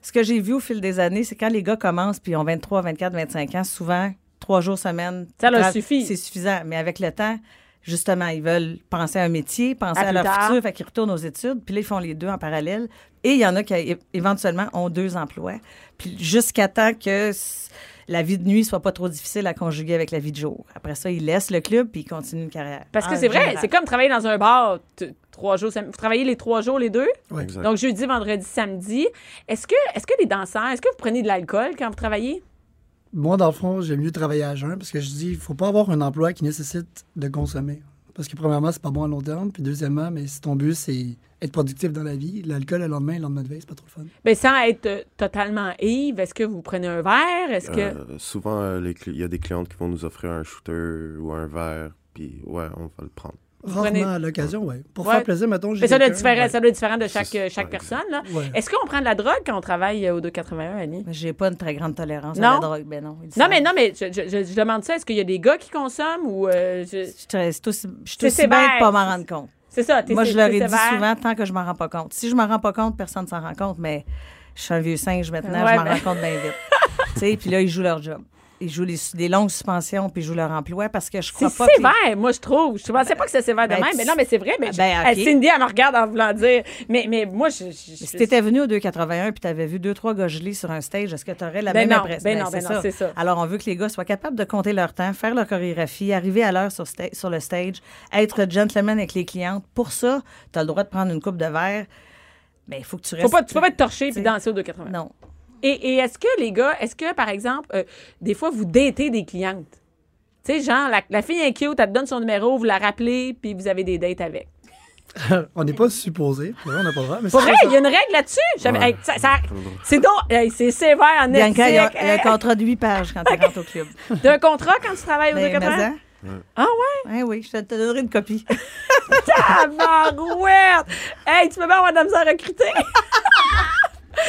D: ce que j'ai vu au fil des années, c'est quand les gars commencent puis ils ont 23, 24, 25 ans, souvent, trois jours semaine.
A: Ça leur
D: tra-
A: suffit.
D: C'est suffisant. Mais avec le temps, justement, ils veulent penser à un métier, penser
A: À
D: à,
A: plus
D: leur
A: tard.
D: futur, fait qu'ils retournent aux études, puis là, ils font les deux en parallèle. Et il y en a qui, é- éventuellement, ont deux emplois. Puis jusqu'à temps que s- la vie de nuit soit pas trop difficile à conjuguer avec la vie de jour. Après ça, ils laissent le club puis ils continuent une carrière.
A: Parce que
D: En
A: c'est vrai,
D: général.
A: c'est comme travailler dans un bar t- trois jours, sem- vous travaillez les trois jours les deux.
G: Exact.
A: Donc jeudi, vendredi, samedi. Est-ce que est-ce que les danseurs, est-ce que vous prenez de l'alcool quand vous travaillez
H: Moi, dans le fond, j'aime mieux travailler à jeun parce que je dis, il faut pas avoir un emploi qui nécessite de consommer. Parce que, premièrement, c'est pas bon à long terme. Puis, deuxièmement, mais si ton but, c'est être productif dans la vie, l'alcool le lendemain, le lendemain de veille, c'est pas trop le fun.
A: Ben sans être euh, totalement ivre, est-ce que vous prenez un verre Est-ce que
G: Euh, souvent, euh, les cli- il y a des clientes qui vont nous offrir un shooter ou un verre, puis ouais, on va le prendre.
H: Rarement
A: prenez-
H: à l'occasion, ouais. Pour
A: Ouais.
H: faire plaisir, mettons, j'ai.
A: Mais ça doit, être
H: quelqu'un-
A: différent, ça doit être différent de chaque,
G: C'est-
A: euh, chaque
G: ouais,
A: personne. Là.
H: Ouais.
A: Est-ce qu'on prend de la drogue quand on travaille euh, au 281, Annie?
D: Mais J'ai pas une très grande tolérance
A: Non.
D: à la drogue, ben non. ils le
A: Non,
D: savent.
A: mais non, mais je, je- je- je demande ça. Est-ce qu'il y a des gars qui consomment ou. euh, je-
D: Je suis très- C'est aussi, je suis
A: C'est
D: aussi bien
A: sévère.
D: de pas m'en rendre compte.
A: C'est ça, t'es
D: Moi,
A: t'es-
D: je leur ai
A: t'es
D: dit
A: sévère.
D: souvent tant que je m'en rends pas compte. Si je m'en rends pas compte, personne ne s'en rend compte, mais je suis un vieux singe maintenant,
A: Ouais,
D: je m'en
A: mais-
D: rends compte bien vite. tu sais, puis là, ils jouent leur job. Ils jouent les, des longues suspensions, puis ils jouent leur emploi parce que je crois
A: C'est
D: pas que les-
A: sévère, moi, je trouve. Je pensais pas que c'était sévère de
D: ben,
A: même.
D: tu-
A: Mais non, mais c'est vrai. Mais je-
D: Ben, ok.
A: euh, Cindy, elle me regarde en voulant dire. Mais, mais moi, je. je- je-
D: Si t'étais venu au 281 puis t'avais vu deux, trois gars gelés sur un stage, est-ce que t'aurais la
A: Ben
D: même
A: non,
D: impression?
A: ben non, ben non, c'est ça.
D: Alors, on veut que les gars soient capables de compter leur temps, faire leur chorégraphie, arriver à l'heure sur, sta- sur le stage, être gentleman avec les clientes. Pour ça, t'as le droit de prendre une coupe de verre, mais il faut que tu
A: Faut
D: restes...
A: pas, tu peux pas être torché puis
D: T'sais.
A: danser au 281.
D: Non.
A: Et, et est-ce que les gars, est-ce que, par exemple, euh, des fois, vous datez des clientes? Tu sais, genre, la, la fille est cute, elle te donne son numéro, vous la rappelez, puis vous avez des dates avec.
H: On n'est pas supposé. Pour vrai, on n'a pas le droit. Mais
A: Pour
H: c'est
A: vrai,
H: ça.
A: il y a une règle là-dessus. J'avais- hey, ça- ça- c'est donc, hey, c'est sévère en
D: Bianca, il y a
A: éthique,
D: il y a un
A: hey.
D: contrat de 8 pages quand tu rentres au club.
A: D'un contrat quand tu travailles au
D: Ben,
A: 280?
D: mais,
A: Ah ouais? Ah,
D: hein? Hein, oui, je te te donnerai une copie.
A: Tabarouette! Hey, tu peux pas avoir de la misère à recruter?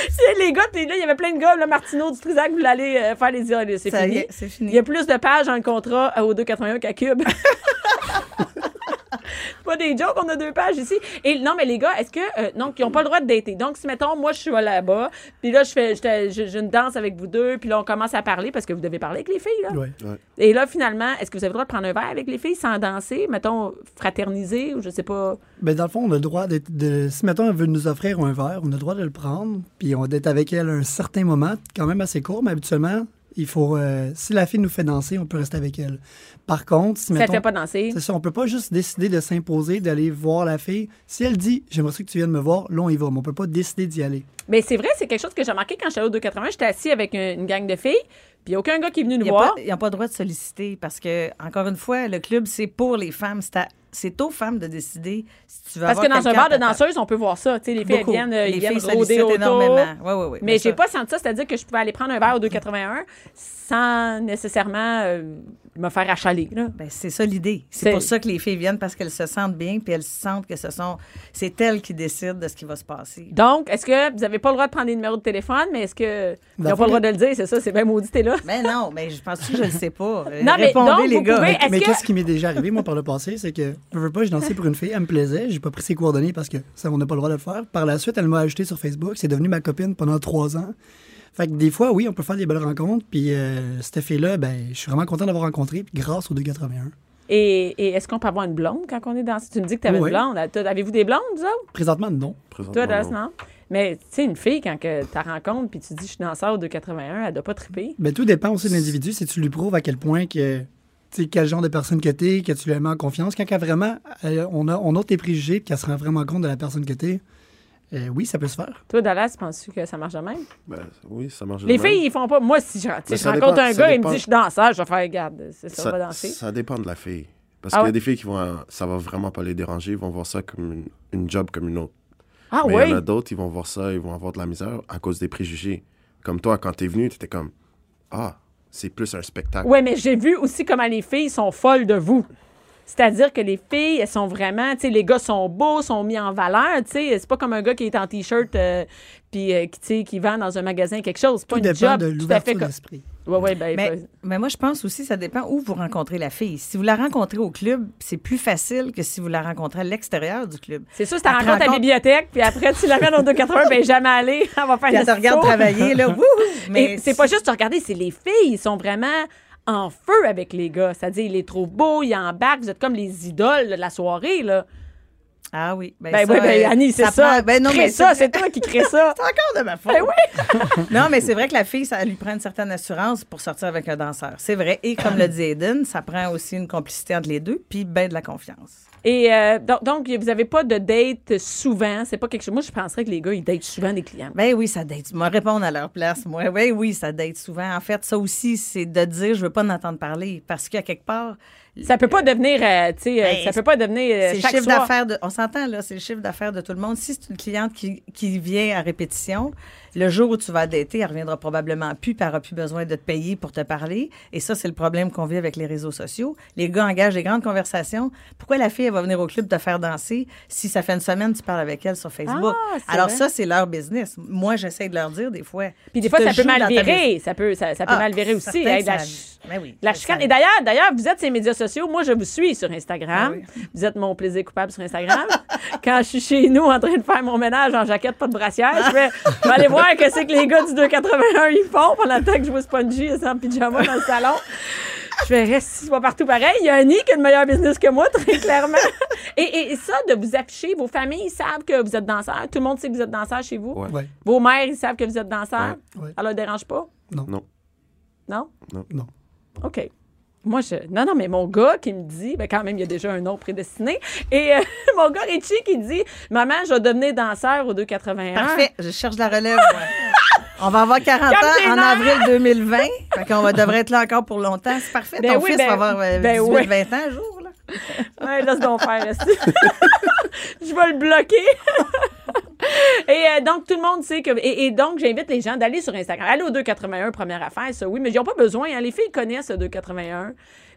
A: C'est les gars, t'es là, il y avait plein de gars, là, Martineau, du Trisac, vous allez faire les dire, allez, c'est
D: Ça y
A: fini.
D: est, c'est
A: Il
D: fini.
A: y a plus de pages dans le contrat euh, au 281 qu'à Cube. C'est pas des jokes, on a deux pages ici. Et non, mais les gars, est-ce que. euh, donc, ils ont pas le droit de dater. Donc, si mettons, moi, je suis là-bas, puis là, je fais. je- je- J'ai une danse avec vous deux, puis là, on commence à parler parce que vous devez parler avec les filles, là.
H: Ouais.
A: Et là, finalement, est-ce que vous avez le droit de prendre un verre avec les filles sans danser, mettons, fraterniser ou je sais pas.
H: Ben, dans le fond, on a le droit d'être. De, si, mettons, elle veut nous offrir un verre, on a le droit de le prendre, puis on d'être avec elle à un certain moment, quand même assez court, mais habituellement, il faut. euh, si la fille nous fait danser, on peut rester avec elle. Par contre, si,
A: Ça
H: mettons.
A: te fait pas danser.
H: C'est ça, on peut pas juste décider de s'imposer, d'aller voir la fille. Si elle dit, j'aimerais ça que tu viennes me voir, là, on y va, mais on peut pas décider d'y aller.
A: Mais c'est vrai, c'est quelque chose que j'ai remarqué quand j'étais au 280. J'étais assis avec une, une gang de filles, puis aucun gars qui est venu nous
D: Il n'y a,
A: voir.
D: pas- il y a pas le droit de solliciter parce que, encore une fois, le club, c'est pour les femmes. C'est à- C'est aux femmes de décider si tu veux
A: Parce que
D: avoir
A: dans un
D: quelqu'un
A: bar de
D: à ta-
A: danseuses, on peut voir ça. Tu sais, les filles, elles
D: Beaucoup.
A: viennent, euh,
D: Les
A: ils viennent
D: filles
A: rôder
D: sollicitent
A: autour.
D: énormément. Ouais, ouais, ouais.
A: Mais
D: Mais
A: j'ai
D: ça-
A: pas senti ça, c'est-à-dire que je pouvais aller prendre un verre au 281 sans nécessairement euh, me faire achaler. Là.
D: Ben, c'est ça l'idée.
A: C'est-
D: C'est pour ça que les filles viennent parce qu'elles se sentent bien puis elles sentent que ce sont c'est elles qui décident de ce qui va se passer.
A: Donc, est-ce que vous n'avez pas le droit de prendre des numéros de téléphone, mais est-ce
D: Ben,
A: que vous n'avez pas le droit de le dire? C'est ça, c'est bien maudit, t'es là.
D: Mais non, mais je pense que je le sais pas. Euh,
A: Non, mais
D: Répondez
A: donc,
D: les
A: vous
D: gars.
A: pouvez-
H: Mais
A: est-ce
H: mais
A: que-
H: qu'est-ce qui m'est déjà arrivé, moi, par le passé, c'est que je veux pas, je dansais pour une fille, elle me plaisait, j'ai pas pris ses coordonnées parce que ça, on n'a pas le droit de le faire. Par la suite, elle m'a ajouté sur Facebook, c'est devenu ma copine pendant trois ans. Fait que des fois, oui, on peut faire des belles rencontres, puis euh, cette fille-là, ben, je suis vraiment content d'avoir rencontré, puis grâce au 281.
A: Et, et est-ce qu'on peut avoir une blonde quand on est dans. Tu me dis que tu avais
H: Oui.
A: une blonde. T'as- Avez-vous des blondes, vous autres?
H: Présentement,
A: Toi,
H: non.
G: Présentement,
A: Dallas,
G: non.
A: non? Mais tu sais, une fille, quand tu la rencontres puis tu dis je suis danseur au 281, elle doit pas triper.
H: Mais Ben, tout dépend aussi de l'individu, si tu lui prouves à quel point que. tu sais, quel genre de personne que t'es, que tu lui mets en confiance. Quand qu'elle vraiment, euh, on, a, on a tes préjugés, puis qu'elle se rend vraiment compte de la personne que t'es, euh, oui, ça peut se faire.
A: Toi, Dallas, penses-tu que ça marche de même?
G: Ben, oui, ça marche. de
A: Les
G: même.
A: filles, ils font pas. Moi, si je, si
G: Mais
A: je
G: ça
A: rencontre
G: dépend,
A: un
G: ça
A: gars, il me
G: dépend.
A: dit je suis danseur, je vais faire regarde. C'est ça, on va
G: ça,
A: danser.
G: ça dépend de la fille. Parce
A: Ah
G: qu'il y
A: ouais?
G: a des filles qui vont, à- ça va vraiment pas les déranger, ils vont voir ça comme une, une job comme une autre.
A: ah
G: Mais il y
A: oui?
G: en a d'autres, ils vont voir ça, ils vont avoir de la misère à cause des préjugés. Comme toi, quand t'es venu, t'étais comme ah, c'est plus un spectacle.
A: Oui, mais j'ai vu aussi comment les filles sont folles de vous. C'est-à-dire que les filles, elles sont vraiment, tu sais, les gars sont beaux, sont mis en valeur, tu sais. C'est pas comme un gars qui est en t-shirt, euh, puis euh, qui, tu sais, qui vend dans un magasin quelque chose. C'est pas
H: Tout
A: une
H: dépend
A: job.
H: de
A: tout à fait
H: l'ouverture
A: comme-
H: d'esprit.
A: Ouais, ouais, ben,
D: Mais,
A: ben,
D: mais moi, je pense aussi ça dépend où vous rencontrez la fille. Si vous la rencontrez au club, c'est plus facile que si vous la rencontrez à l'extérieur du club.
A: c'est sûr, si tu
D: Elle te
A: rencontres à la
D: rencontre-
A: bibliothèque, puis après, tu l'amènes au 280, ben jamais aller. On va faire
D: Puis
A: une
D: elle te regarde travailler, là, wouhou!
A: Mais
D: Mais
A: c'est pas juste de regarder, c'est les filles, ils sont vraiment en feu avec les gars. C'est-à-dire, ils les trouvent beaux, ils embarquent, vous êtes comme les idoles là, de la soirée, là.
D: Ah oui. Ben,
A: Ben
D: ça,
A: oui, ben
D: euh,
A: Annie, c'est ça.
D: prend- Ben non,
A: Crée
D: mais
A: ça,
D: c'est
A: c'est toi qui crée ça.
D: c'est encore de ma faute.
A: Ben oui!
D: Non, mais c'est vrai que la fille, ça lui prend une certaine assurance pour sortir avec un danseur. C'est vrai. Et comme le dit Aiden, ça prend aussi une complicité entre les deux, puis ben de la confiance.
A: Et euh, donc, donc, vous avez pas de date souvent. C'est pas quelque chose. Moi, je penserais que les gars, ils datent souvent des clients.
D: Ben oui, ça date. Moi, répondre à leur place, moi. Oui, oui, ça date souvent. En fait, ça aussi, c'est de dire, je veux pas en entendre parler, parce qu'à quelque part,
A: Ça peut pas devenir, euh, tu sais, euh,
D: Ben,
A: ça peut pas devenir euh,
D: c'est le
A: chaque
D: chiffre
A: soir.
D: d'affaires de. On s'entend, là, c'est le chiffre d'affaires de tout le monde. Si c'est une cliente qui, qui vient à répétition, le jour où tu vas dater, elle reviendra probablement plus, puis elle n'aura plus besoin de te payer pour te parler. Et ça, c'est le problème qu'on vit avec les réseaux sociaux. Les gars engagent des grandes conversations. Pourquoi la fille, elle va venir au club te faire danser si ça fait une semaine, tu parles avec elle sur Facebook?
A: Ah, c'est
D: Alors,
A: vrai.
D: ça, c'est leur business. Moi, j'essaie de leur dire des fois.
A: Puis des
D: tu
A: fois,
D: te
A: ça peut
D: joues
A: mal
D: dans ta
A: virer. Ça peut, ça, ça peut
D: Ah,
A: mal virer aussi.
D: certain,
A: Hey, la,
D: ça-
A: ch-
D: ben oui,
A: la
D: ça-
A: chicane. Et d'ailleurs, d'ailleurs, vous êtes ces médias sociaux. Moi, je vous suis sur Instagram. Vous êtes mon plaisir coupable sur Instagram. Quand je suis chez nous en train de faire mon ménage en jaquette, pas de brassière, je vais, je vais aller voir que c'est que les gars du 281 ils font pendant le temps que je vois Spongy en pyjama dans le salon. Je fais reste six fois partout pareil. Il y a Annie qui a le meilleur business que moi, très clairement. Et, et- et ça, de vous afficher, vos familles ils savent que vous êtes danseur. Tout le monde sait que vous êtes danseur chez vous.
G: Ouais.
H: Ouais.
A: Vos mères, ils savent que vous êtes danseur.
H: Ouais.
A: Ça leur dérange pas?
G: Non.
A: Non?
G: Non.
H: Non.
A: OK. Moi, je. Non, non, mais mon gars qui me dit, ben quand même, il y a déjà un nom prédestiné. Et euh, mon gars Richie qui dit Maman, je vais devenir danseur au 281.
D: Parfait, je cherche la relève. moi. On va avoir 40 ans
A: Comme tes
D: en
A: mères.
D: avril 2020. Fait qu'on va, devrait être là encore pour longtemps. C'est parfait.
A: Ben
D: Ton
A: oui,
D: fils
A: ben-
D: va avoir euh, 18,
A: ben oui.
D: 20 ans un jour. Là.
A: Ouais, laisse donc faire. esti. je vais le bloquer. et euh, donc, tout le monde sait que. Et, et donc, j'invite les gens d'aller sur Instagram. Allez au 281, première affaire, ça, oui, mais ils n'ont pas besoin. hein. Les filles connaissent le 281.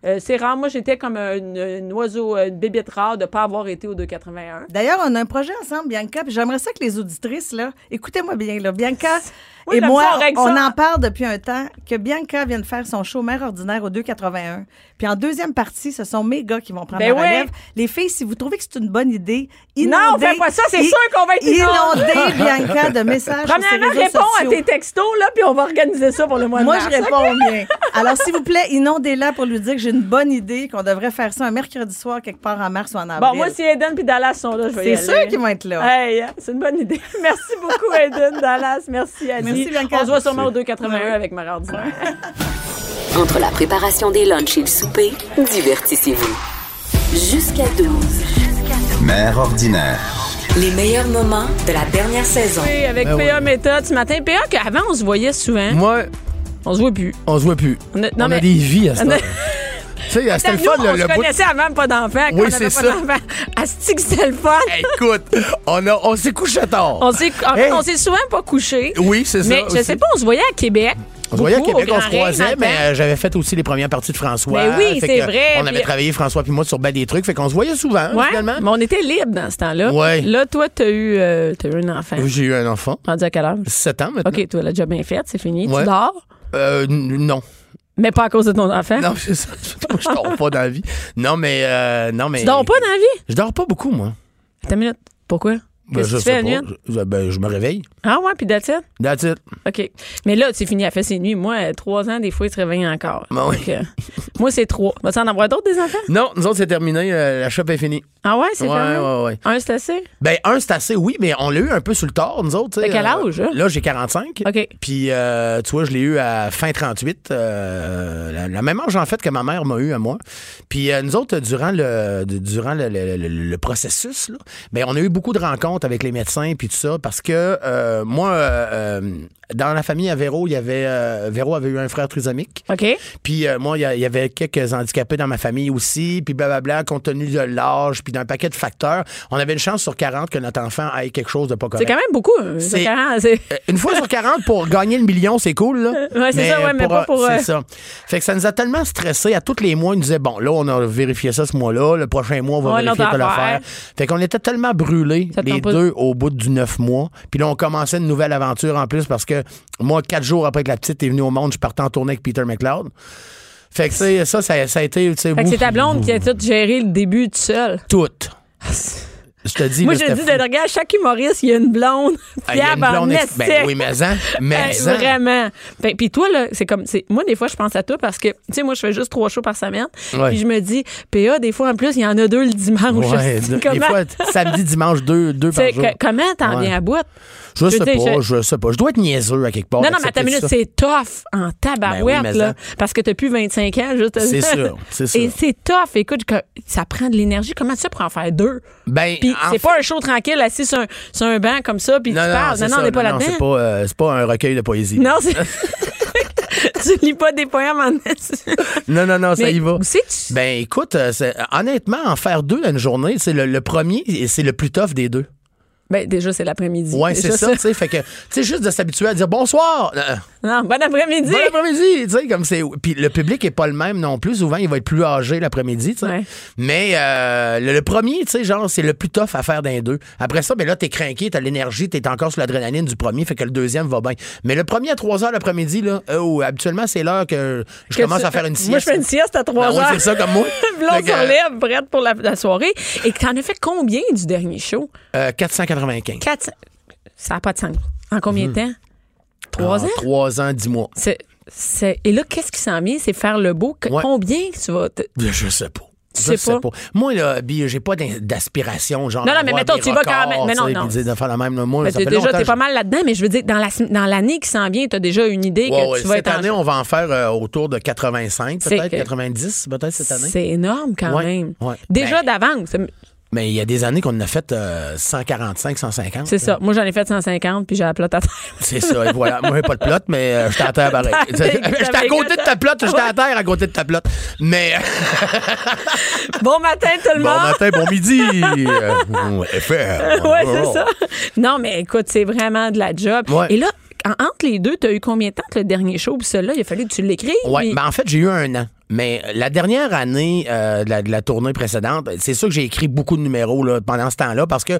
A: Euh, c'est rare. Moi, j'étais comme une, une oiseau, une bébête rare de ne pas avoir été au 281.
D: D'ailleurs, on a un projet ensemble, Bianca. puis J'aimerais ça que les auditrices, là, écoutez-moi bien. Là. Bianca
A: Oui,
D: Et
A: comme
D: moi,
A: ça, on règle
D: on
A: ça.
D: en parle depuis un temps que Bianca vient de faire son show Mère ordinaire au 281. Puis en deuxième partie, ce sont mes gars qui vont prendre
A: Ben
D: la
A: oui.
D: relève. Les filles, si vous trouvez que c'est une bonne idée, inondez,
A: Non, fais pas ça, c'est
D: i-
A: sûr qu'on va être
D: inondez Bianca de messages sur ses
A: Premièrement,
D: réseaux
A: réponds à
D: sociaux.
A: tes textos, là, puis on va organiser ça pour le mois de
D: Moi,
A: mars.
D: je réponds au mien. Alors, s'il vous plaît, inondez-la pour lui dire que j'ai une bonne idée, qu'on devrait faire ça un mercredi soir quelque part en mars ou en avril.
A: Bon, moi, si Eden puis Dallas sont là, je vais y
D: c'est
A: aller.
D: sûr qu'ils vont être là.
A: Hey, c'est une bonne idée. Merci beaucoup, Eden, Dallas. Merci, Annie.
D: Merci, Bianca.
A: On se voit sûrement au 281 avec ma ordinaire.
F: Entre la préparation des lunchs et le souper, divertissez-vous. Jusqu'à 12.
E: Mère ordinaire.
F: Les meilleurs moments de la dernière saison.
A: Oui, avec
J: Ben
A: PA Méthode ce matin. PA, qu'avant, on se voyait souvent.
J: Moi,
A: On se voit plus.
J: on se voit plus.
A: On a- non,
J: on
A: mais-
J: a des vies à ce
A: On a-
J: temps. Tu sais, c'était le
A: Nous,
J: fun,
A: on
J: le,
A: se
J: le bout de-
A: connaissait avant, pas d'enfant.
J: Oui,
A: on
J: c'est
A: avait
J: ça.
A: pas d'enfant. Asti que c'était le fun.
J: Écoute, on, a- on s'est couché tard.
A: On s'est, en fait,
J: Hey.
A: on s'est souvent pas couché.
J: Oui, c'est ça.
A: Mais je
J: aussi.
A: sais pas, on se voyait à Québec.
J: On se voyait à
A: beaucoup, au
J: Québec, on
A: Grand
J: se
A: Rex, dans
J: croisait,
A: le
J: mais
A: temps.
J: euh, j'avais fait aussi les premières parties de François.
A: Ben oui,
J: Fait
A: c'est
J: que
A: vrai,
J: On avait
A: puis-
J: travaillé François puis moi sur ben des trucs, fait qu'on se voyait souvent,
A: Ouais,
J: finalement.
A: mais on était libre dans ce temps-là.
J: Ouais.
A: Là, toi, t'as eu, euh, t'as eu un enfant.
J: J'ai eu un enfant,
A: Rendu à quelle heure?
J: 7 ans maintenant.
A: OK, toi, la job bien faite, c'est fini.
J: Ouais.
A: Tu dors,
J: Euh, n- non.
A: mais pas à cause de ton enfant.
J: Non, c'est ça. Moi, je dors pas dans la vie. Non, mais. euh, non, mais
A: Tu dors pas dans la vie?
J: Je dors pas beaucoup, moi.
A: Attends une minute. Pourquoi?
J: Ben,
A: Qu'est-ce
J: je
A: que tu fais la
J: sais
A: nuit?
J: pas. Je- Ben, je me réveille.
A: Ah ouais, puis that's it?
J: That's it.
A: OK. Mais là, c'est fini, elle fait ses nuits. Moi, euh, trois ans, des fois, il se réveille encore.
J: Ben oui.
A: Fait que, moi, c'est trois. Vas-tu en avoir d'autres, des enfants?
J: Non, nous autres, c'est terminé. euh, la shop est finie.
A: Ah ouais, c'est
J: Ouais,
A: fermé?
J: ouais, ouais.
A: Un, c'est assez?
J: Ben, un, c'est assez, oui, mais on l'a eu un peu sur le tard, nous autres. tu sais.
A: T'as quel
J: Euh,
A: âge, là?
J: Là, j'ai 45.
A: OK.
J: Puis, euh, tu vois, je l'ai eu à fin 38, euh, la, la même âge, en fait, que ma mère m'a eu à moi. Puis, euh, nous autres, durant le, du- durant le, le- le- le processus, là, ben, on a eu beaucoup de rencontres avec les médecins, puis tout ça, parce que euh, moi, euh, euh, dans la famille à Véro, il y avait, euh, Véro avait eu un frère trisomique.
A: OK.
J: Puis euh, moi, il y a- il y, avait quelques handicapés dans ma famille aussi. Puis blablabla, compte tenu de l'âge, puis d'un paquet de facteurs, on avait une chance sur 40 que notre enfant ait quelque chose de pas
A: C'est
J: correct.
A: quand même beaucoup. euh,
J: C'est-
A: C'est quand- c'est-
J: Euh, Une fois sur 40 pour gagner le million, c'est cool, là.
A: ouais, c'est ça, ouais, mais pas pour,
J: euh,
A: euh,
J: C'est ça. Fait que ça nous a tellement stressés. À tous les mois, ils nous disaient, bon, là, on a vérifié ça ce mois-là. Le prochain mois, on va
A: Ouais,
J: vérifier
A: l'autre
J: telle
A: affaire.
J: affaire. Fait qu'on était tellement brûlés,
A: Ça te
J: les
A: tente pas-
J: deux, au bout du neuf mois. Puis là, on commençait une nouvelle aventure en plus parce que moi, quatre jours après que la petite est venue au monde, je partais en tournée avec Peter McLeod. Fait que, tu sais, ça, ça, ça a été, tu sais,
A: Fait que c'est
J: ouf,
A: ta blonde qui a tout géré le début toute seule.
J: tout. Je te dis,
A: Moi,
J: là,
A: je
J: c'était
A: dis,
J: fou.
A: de regarde, chaque humoriste, il y a une blonde.
J: Ah, il y a une
A: Pierre
J: blonde
A: Barnett,
J: ex- Ben oui, mais en, mais hein.
A: Hey,
J: en.
A: vraiment. Fait- Puis toi, là, c'est comme. c'est- Moi, des fois, je pense à toi parce que, tu sais, moi, je fais juste trois shows par semaine.
J: Ouais.
A: Puis je me dis, PA, des fois, en plus, il y en a deux le dimanche.
J: Ouais,
A: Je sais
J: des
A: comment
J: fois, samedi, dimanche, deux, deux par
A: t'sais,
J: jour.
A: que- comment t'en
J: Ouais.
A: viens à bout?
J: Je sais
A: veux dire,
J: pas,
A: je-
J: je sais pas. Je dois être niaiseux à quelque part.
A: non, non, mais ta
J: d'accepter
A: minute,
J: ça.
A: c'est tough en tabarouette,
J: Ben oui, mais
A: là,
J: en-
A: parce que t'as plus 25 ans, juste.
J: C'est sûr, c'est sûr.
A: Et c'est tough. Écoute, que- ça prend de l'énergie. Comment tu fais pour en faire deux?
J: Ben,
A: Puis
J: en
A: c'est
J: fait-
A: pas un show tranquille, assis sur un, sur un banc comme ça, puis tu
J: Non, non,
A: parles.
J: c'est
A: Non, non,
J: ça.
A: on n'est pas
J: Non, non, C'est
A: là-dedans.
J: pas, euh, c'est pas un recueil de poésie.
A: Non, c'est. tu lis pas des poèmes en
J: non, non, non, Ah, ça
A: Mais
J: y va.
A: où c'est que tu-
J: Ben, écoute, euh, c'est- honnêtement, en faire deux dans une journée, c'est le, le premier, et c'est le plus tough des deux.
A: Ben, déjà, c'est l'après-midi.
J: Ouais,
A: Déjà,
J: c'est ça, tu sais. Fait que, tu sais, juste de s'habituer à dire bonsoir. euh,
A: Non, bon après-midi.
J: Bon après-midi, tu sais, comme c'est. Puis le public est pas le même non plus. Souvent, il va être plus âgé l'après-midi, tu sais.
A: Ouais.
J: Mais euh, le, le premier, tu sais, genre, c'est le plus tough à faire d'un deux. Après ça, ben là, t'es craqué, t'as l'énergie, t'es encore sur l'adrénaline du premier, fait que le deuxième va bien. Mais le premier à 3 heures l'après-midi, là, euh, oh, habituellement, c'est l'heure que je
A: Que
J: commence
A: tu-
J: à faire une sieste.
A: Moi, je fais une sieste à 3
J: Ben oui,
A: heures.
J: c'est ça, comme moi.
A: Blonde
J: Fait que,
A: sur lèvres, prête pour la, la soirée. Et t'en as fait combien du dernier show?
J: euh, 495.
A: Quatre... Ça n'a pas de sens. En combien de temps? Trois ans?
J: 3 Hmm. ans, 10 mois.
A: C'est- c'est- Et là, qu'est-ce qui s'en vient? C'est faire le beau. Que-
J: Ouais.
A: Combien tu vas... te-
J: Je sais pas.
A: Tu
J: Je
A: sais pas?
J: Moi, là, Bi, euh, j'ai pas d'in- d'aspiration, genre.
A: Non, non,
J: d'avoir
A: mais mettons,
J: des
A: tu y vas quand même.
J: records,
A: Mais non,
J: tu sais,
A: non.
J: puis dire de faire la même, là. Moi,
A: Ben,
J: ça
A: t'es-
J: fait
A: déjà,
J: longtemps
A: t'es
J: que
A: pas mal là-dedans, mais je veux dire, dans la sem- dans l'année qui s'en vient, t'as déjà une idée
J: Ouais,
A: que
J: ouais,
A: tu vas
J: cette
A: être en-
J: année, on va en faire euh, autour de 85,
A: C'est
J: peut-être
A: que-
J: 90, peut-être cette année.
A: C'est énorme quand
J: Ouais,
A: même.
J: ouais.
A: Déjà
J: Ben-
A: d'avance.
J: Mais il y a des années qu'on en a fait euh, 145, 150.
A: C'est ça. Moi, j'en ai fait 150, puis j'ai la plot à terre.
J: C'est ça, et voilà. Moi, j'ai pas de plot, mais euh, j'étais à terre pareil.
A: T'avais-
J: j'étais à côté de ta plot, j'étais à terre à côté de ta plot. Mais
A: Bon matin, tout le
J: bon
A: monde!
J: matin, bon midi. Euh, FM.
A: Ouais, c'est ça. Non, mais écoute, c'est vraiment de la job.
J: Oh, Ouais.
A: Et là, en- entre les deux, t'as eu combien de temps entre le dernier show puis celui-là? Il a fallu que tu l'écrives.
J: Oui,
A: puis-
J: ben en fait, j'ai eu un an. Mais euh, la dernière année euh, de, la, de la tournée précédente, c'est sûr que j'ai écrit beaucoup de numéros là, pendant ce temps-là parce que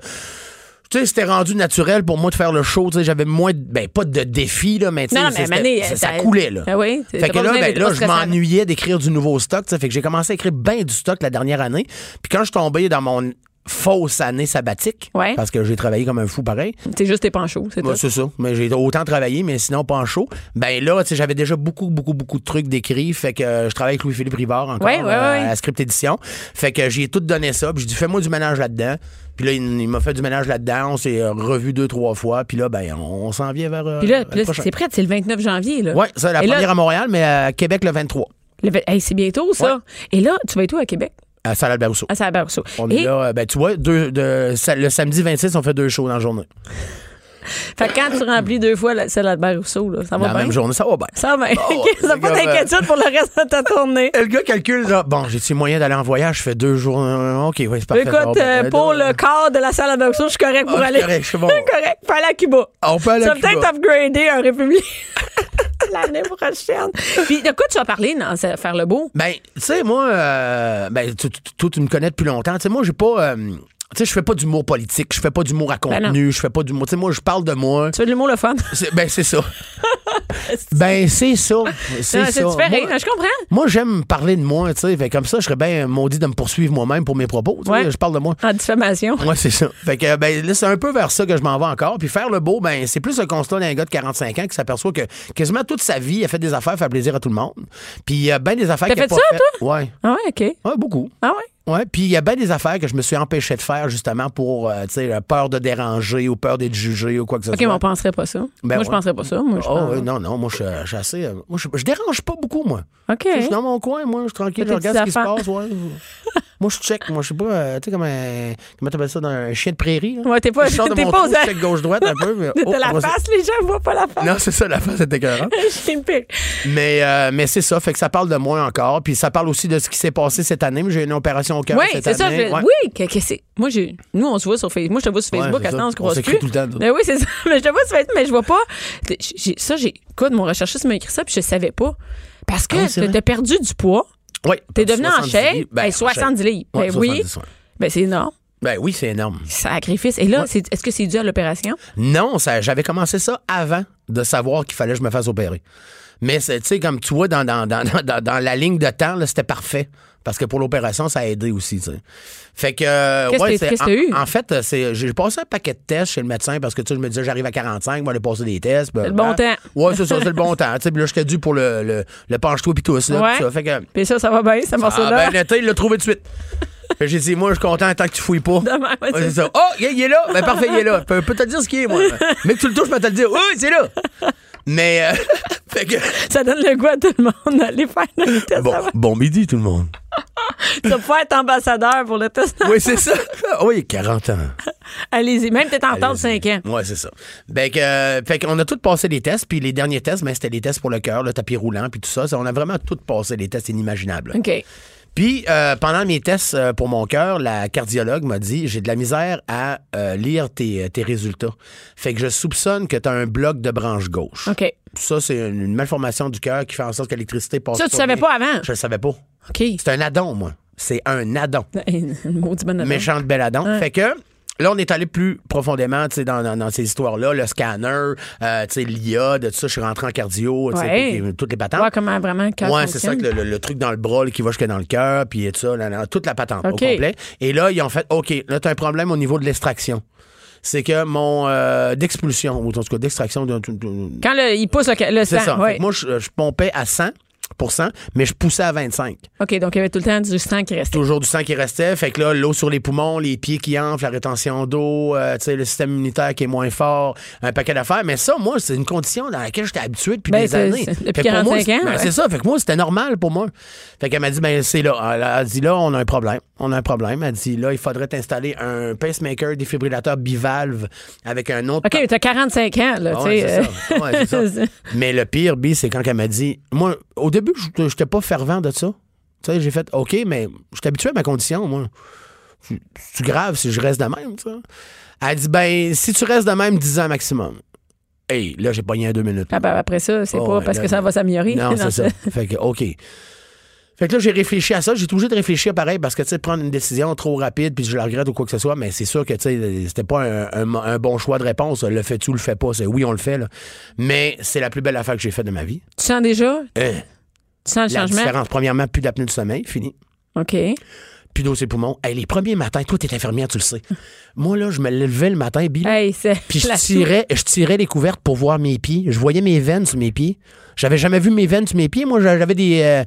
J: Tu sais, c'était rendu naturel pour moi de faire le show. Tu sais, j'avais moins, de- ben, pas de défis, là, mais tu sais,
A: Non, non, mais
J: c'était-
A: Mané,
J: ça,
A: euh,
J: ça
A: t'as-
J: coulait, là.
A: Ah oui, t'as
J: fait que
A: pas
J: là,
A: besoin
J: ben,
A: d'être
J: là,
A: trop
J: je
A: stressant.
J: m'ennuyais d'écrire du nouveau stock. tu sais, Fait que j'ai commencé à écrire bien du stock la dernière année. Puis quand je suis tombé dans mon fausse année sabbatique,
A: Ouais.
J: parce que j'ai travaillé comme un fou pareil,
A: C'est juste tes panchots, c'est
J: Ouais,
A: tout.
J: c'est ça. Mais j'ai autant travaillé, mais sinon pas en chaud. Ben là, tu sais, j'avais déjà beaucoup, beaucoup, beaucoup de trucs décrits. Fait que euh, je travaille avec Louis-Philippe Rivard encore
A: Ouais, ouais,
J: euh,
A: ouais.
J: à Script Édition. Fait que j'ai tout donné ça. Puis j'ai dit, fais-moi du ménage là-dedans. Puis là, il, il m'a fait du ménage là-dedans. On s'est euh, revu deux, trois fois. Puis là, ben, on, on s'en vient vers. euh,
A: Puis là,
J: le
A: puis là,
J: prochain.
A: c'est prêt, c'est le 29 janvier. Là.
J: Ouais, ça, la
A: Et là-
J: première à Montréal, mais à Québec le 23,
A: Le vingt- hey, c'est bientôt, ça. Et là, tu vas être où à Québec?
J: à Salle Albert Rousseau.
A: À Saint-Barreau.
J: On est
A: Et
J: là, euh, ben, tu vois, deux, de- sa- le samedi 26, on fait deux shows dans la journée.
A: fait que quand tu remplis deux fois la- celle d'Albert Rousseau, là, ça
J: Dans
A: va
J: la
A: bien?
J: même journée, ça va bien.
A: Ça va bien.
J: Oh,
A: OK, ça
J: c'est
A: pas
J: comme, euh,
A: d'inquiétude pour le reste de ta tournée.
J: Le gars calcule, genre, bon, j'ai-tu moyen d'aller en voyage? Je fais deux jours. euh, OK, oui, c'est parfait. Ah,
A: Écoute,
J: ben,
A: euh,
J: euh,
A: pour
J: euh,
A: le corps de la salle Albert Rousseau, je suis correct pour
J: Ah, je suis
A: aller.
J: correct, je suis bon.
A: correct. Faut aller à Cuba.
J: On peut aller
A: Ça
J: à
A: va
J: Cuba.
A: peut-être upgrader en République l'année prochaine. Puis de quoi tu vas parler dans ce- Faire le beau?
J: Ben, tu sais, moi, euh, ben, tu, tu- tu- tu me connais depuis longtemps. Tu sais, moi, j'ai pas. euh, tu sais, je fais pas d'humour politique, je fais pas d'humour à
A: Ben non.
J: contenu, je fais pas d'humour. Tu sais, moi, je parle de moi.
A: Tu veux de l'humour le fun?
J: C'est- Ben, c'est ça. ben, c'est ça. C'est
A: Ah, Non,
J: ça.
A: C'est tu fais rire,
J: Moi-
A: je comprends.
J: Moi, j'aime parler de moi, tu sais. Fait comme ça, je serais bien maudit de me poursuivre moi-même pour mes propos. tu sais.
A: Ouais.
J: Je parle de moi.
A: En diffamation.
J: Ouais, c'est ça. Fait que, ben, là, c'est un peu vers ça que je m'en vais encore. Puis faire le beau, ben, c'est plus le constat d'un gars de 45 ans qui s'aperçoit que quasiment toute sa vie, il a fait des affaires, fait plaisir à tout le monde. Puis il y a ben des affaires
A: T'as
J: qu'il a
A: fait
J: pas
A: ça,
J: faites. Ouais.
A: Ah ouais, OK.
J: Ouais, beaucoup.
A: Ah ouais.
J: Ouais, puis il y a bien des affaires que je me suis empêché de faire justement pour, euh, tu sais, la peur de déranger ou peur d'être jugé ou quoi que ce
A: OK, mais
J: soit.
A: on penserait pas ça. moi, je
J: Ben ouais.
A: penserais pas ça. Moi, je
J: oh,
A: pense-
J: oui, non, non, moi, je suis, euh, je suis assez. euh, moi, je, je dérange pas beaucoup, moi.
A: OK.
J: Je suis dans mon coin, moi, je suis tranquille,
A: Fais
J: je
A: tes
J: regarde ce qui se
A: affaires.
J: passe, ouais. moi, je check, moi, je sais pas, euh, tu sais, comme un. Comment t'appelles ça, dans un chien de prairie, là?
A: Ouais, t'es pas-
J: Je sors de
A: t'es
J: mon
A: pas
J: trou,
A: aux-
J: je check gauche-droite un peu. Mais,
A: De
J: oh, on
A: la
J: va se-
A: face, les gens voient pas la face.
J: Non, c'est ça, la face est écœurante.
A: C'est une pique.
J: Mais, euh, mais c'est ça, fait que ça parle de moi encore. Puis ça parle aussi de ce qui s'est passé cette année. mais J'ai une opération au cœur
A: Oui,
J: cette
A: c'est ça.
J: année.
A: je-
J: Ouais.
A: Oui, que, que c'est. Moi, j'ai. Nous, on se voit sur Facebook. Moi, je te vois sur
J: Ouais,
A: Facebook,
J: c'est
A: à ce
J: ça.
A: temps, on se
J: On
A: croise
J: s'écrit
A: plus.
J: tout le temps, nous.
A: Mais oui, c'est ça. Mais je te vois sur Facebook, mais je vois pas. J'ai- j'ai- Ça, j'ai. Écoute, mon recherchiste m'a écrit ça, puis je savais pas. Parce que
J: Ah oui, c'est
A: t'as-
J: vrai.
A: t'as perdu du poids.
J: Ouais,
A: T'es devenu en
J: 70
A: shape.
J: livres. Ben,
A: Ben,
J: en
A: 70
J: shape.
A: livres.
J: Ouais,
A: Ben oui.
J: 70, ouais.
A: Ben, c'est énorme.
J: Ben oui, c'est énorme.
A: Sacrifice. Et là,
J: Ouais.
A: c'est- est-ce que c'est dû à l'opération?
J: Non, ça- j'avais commencé ça avant de savoir qu'il fallait que je me fasse opérer. Mais c'est- tu sais, comme tu vois, dans, dans, dans, dans, dans la ligne de temps, là, c'était parfait. Parce que pour l'opération, ça a aidé aussi. tu sais. Fait que. euh,
A: Qu'est-ce que-
J: c'est-
A: qu'est-ce
J: en,
A: que t'as eu?
J: En fait, euh, c'est- j'ai passé un paquet de tests chez le médecin parce que tu sais, je me disais, j'arrive à 45, moi, aller passer des tests.
A: C'est le bon temps.
J: Ouais, c'est ça, c'est le bon temps. Tu sais, puis là, j'étais dû pour le, le, le penche-toi puis tous. Là,
A: Ouais.
J: tout ça. Fait que.
A: Puis Ben ça, ça va bien, ce
J: Ah,
A: morceau-là.
J: ben, le thé, il l'a trouvé de suite. Fait que J'ai dit, moi, je suis content tant que tu fouilles pas.
A: Demain, ouais,
J: Ouais,
A: c'est
J: c'est ça. Oh, il est- il est là. Ben, parfait, il est là. Peut, peut te dire ce qu'il est, moi. Mais que tu le touches, je peux te le dire. Oui, c'est là. Mais, euh, fait que.
A: Ça donne le goût à tout le monde d'aller faire le test.
J: Bon,
A: avant.
J: bon midi, tout le monde.
A: Tu vas pouvoir être ambassadeur pour le test.
J: Oui, c'est ça. Oui, 40 ans.
A: Allez-y. Même peut-être en temps de 5 ans.
J: Ouais, c'est ça. Ben, que, euh, fait qu'on a tous passé les tests, puis les derniers tests, ben, c'était les tests pour le cœur, le tapis roulant, puis tout ça. Ça, On a vraiment tous passé les tests inimaginables.
A: OK.
J: Puis, euh, pendant mes tests euh, pour mon cœur, la cardiologue m'a dit J'ai de la misère à euh, lire tes, tes résultats. Fait que je soupçonne que tu as un bloc de branche gauche.
A: OK.
J: Ça, c'est une, une malformation du cœur qui fait en sorte que l'électricité passe.
A: Ça, tu
J: pas
A: savais
J: bien.
A: pas hein? avant?
J: Je le savais pas.
A: OK.
J: C'est un addon, moi. C'est un addon.
A: Maudit bonne affaire.
J: Méchant de bel addon. Fait que. Là, on est allé plus profondément tu sais, dans, dans- dans ces histoires-là, le scanner, euh, tu sais, l'IA, de tout ça. Je suis rentré en cardio, tu sais,
A: Ouais.
J: toutes les- toutes les patentes.
A: Voir comment vraiment quand
J: Ouais, c'est ça, que le, le- le truc dans le bras là, qui va jusque dans le cœur, puis tout ça, là, là, toute la patente
A: OK.
J: au complet. Et là, ils ont fait OK, là, t'as un problème au niveau de l'extraction. C'est que mon. euh, d'expulsion, ou en tout cas d'extraction. de- de- de-
A: Quand le- il pousse le, le
J: C'est
A: sang.
J: ça.
A: ouais.
J: Fait que Moi, je, je pompais à 100 mais je poussais à 25.
A: OK, donc il y avait tout le temps du sang qui restait.
J: Toujours du sang qui restait. Fait que là, l'eau sur les poumons, les pieds qui enflent, la rétention d'eau, euh, tu sais, le système immunitaire qui est moins fort, un paquet d'affaires. Mais ça, moi, c'est une condition dans laquelle j'étais habitué depuis
A: Ben,
J: des
A: c'est-
J: années.
A: c'est- depuis
J: Fait que pour moi,
A: 45
J: c'est-
A: ans,
J: ben,
A: ouais.
J: c'est ça. Fait que moi, c'était normal pour moi. Fait qu'elle m'a dit, ben, c'est là. Elle a dit, là, on a un problème. On a un problème. Elle dit, là, il faudrait t'installer un pacemaker défibrillateur bivalve avec un autre.
A: OK, t'as 45 ans, là,
J: Ah
A: tu
J: ouais,
A: sais. euh,
J: c'est ça. Ouais, c'est ça. Mais le pire, B, c'est quand elle m'a dit. Moi, au début, je n'étais pas fervent de ça. Tu sais, j'ai fait OK, mais je suis habitué à ma condition, moi. C'est- C'est grave si je reste de même, tu sais. Elle dit Ben, si tu restes de même 10 ans maximum. Hey, là, j'ai pogné un deux minutes.
A: Ah ben, après ça, c'est
J: Oh,
A: pas
J: ouais,
A: parce
J: là,
A: que ça va s'améliorer.
J: Non,
A: Non,
J: c'est ça. Fait que, OK. Fait que là, j'ai réfléchi à ça. J'ai toujours de réfléchir pareil parce que, tu sais, prendre une décision trop rapide puis je la regrette ou quoi que ce soit, mais c'est sûr que, tu sais, c'était pas un, un- un bon choix de réponse. Le fais-tu ou le fais pas? C'est oui, on le fait, là. Mais c'est la plus belle affaire que j'ai faite de ma vie.
A: Tu sens déjà?
J: Euh,
A: Tu sens le
J: la
A: changement?
J: différence, premièrement, plus d'apnée du sommeil, fini.
A: OK.
J: Plus d'eau ses poumons. Hey, les premiers matins, toi, t'es infirmière, tu le sais. Moi, là, je me levais le matin, Bill.
A: Hey, c'est.
J: Puis je
A: la
J: tirais, je tirais les couvertes pour voir mes pieds. Je voyais mes veines sur mes pieds. J'avais jamais vu mes veines sur mes pieds. Moi, j'avais des, euh,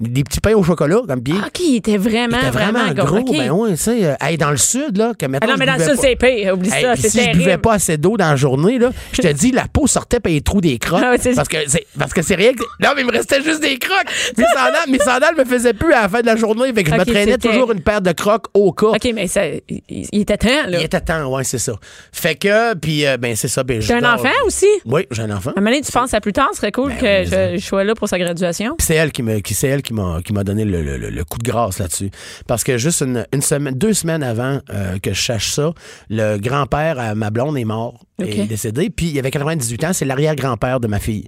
J: des petits pains au chocolat comme pieds.
A: soupe. OK, il était Ah, vraiment,
J: C'était vraiment, gros.
A: OK.
J: Ben ouais, tu sais, euh, hey, dans le sud, là, que
A: Ah
J: maintenant.
A: non, mais dans le sud, c'est pire. Oublie ça, c'est
J: si je buvais
A: terrible.
J: pas assez d'eau dans la journée, là, je te dis, la peau sortait par les trous des crocs.
A: Ah ouais, c'est-
J: parce que c'est parce que c'est rien que. Non, mais il me restait juste des crocs. Mes sandales, mes sandales me faisaient plus à la fin de la journée. Fait que je
A: Ok,
J: me traînais
A: c'était-
J: toujours une paire de crocs au cas.
A: OK, mais ça, il, il- il était temps, là.
J: Il était temps, ouais, c'est ça. Fait que, puis, euh, ben, c'est ça. Ben, je
A: T'as un
J: dors-
A: enfant aussi?
J: Oui, j'ai un enfant.
A: À un moment donné, tu penses à plus tard, ce serait
J: Ben
A: cool que je, je sois là pour sa graduation.
J: Puis c'est elle qui me, qui, c'est elle qui m'a, qui m'a donné le, le- le- le coup de grâce là-dessus. Parce que juste une, une semaine, deux semaines avant euh, que je cherche ça, le grand-père à ma blonde est mort.
A: Ok.
J: est décédé. Puis il avait 98 ans, c'est l'arrière-grand-père de ma fille.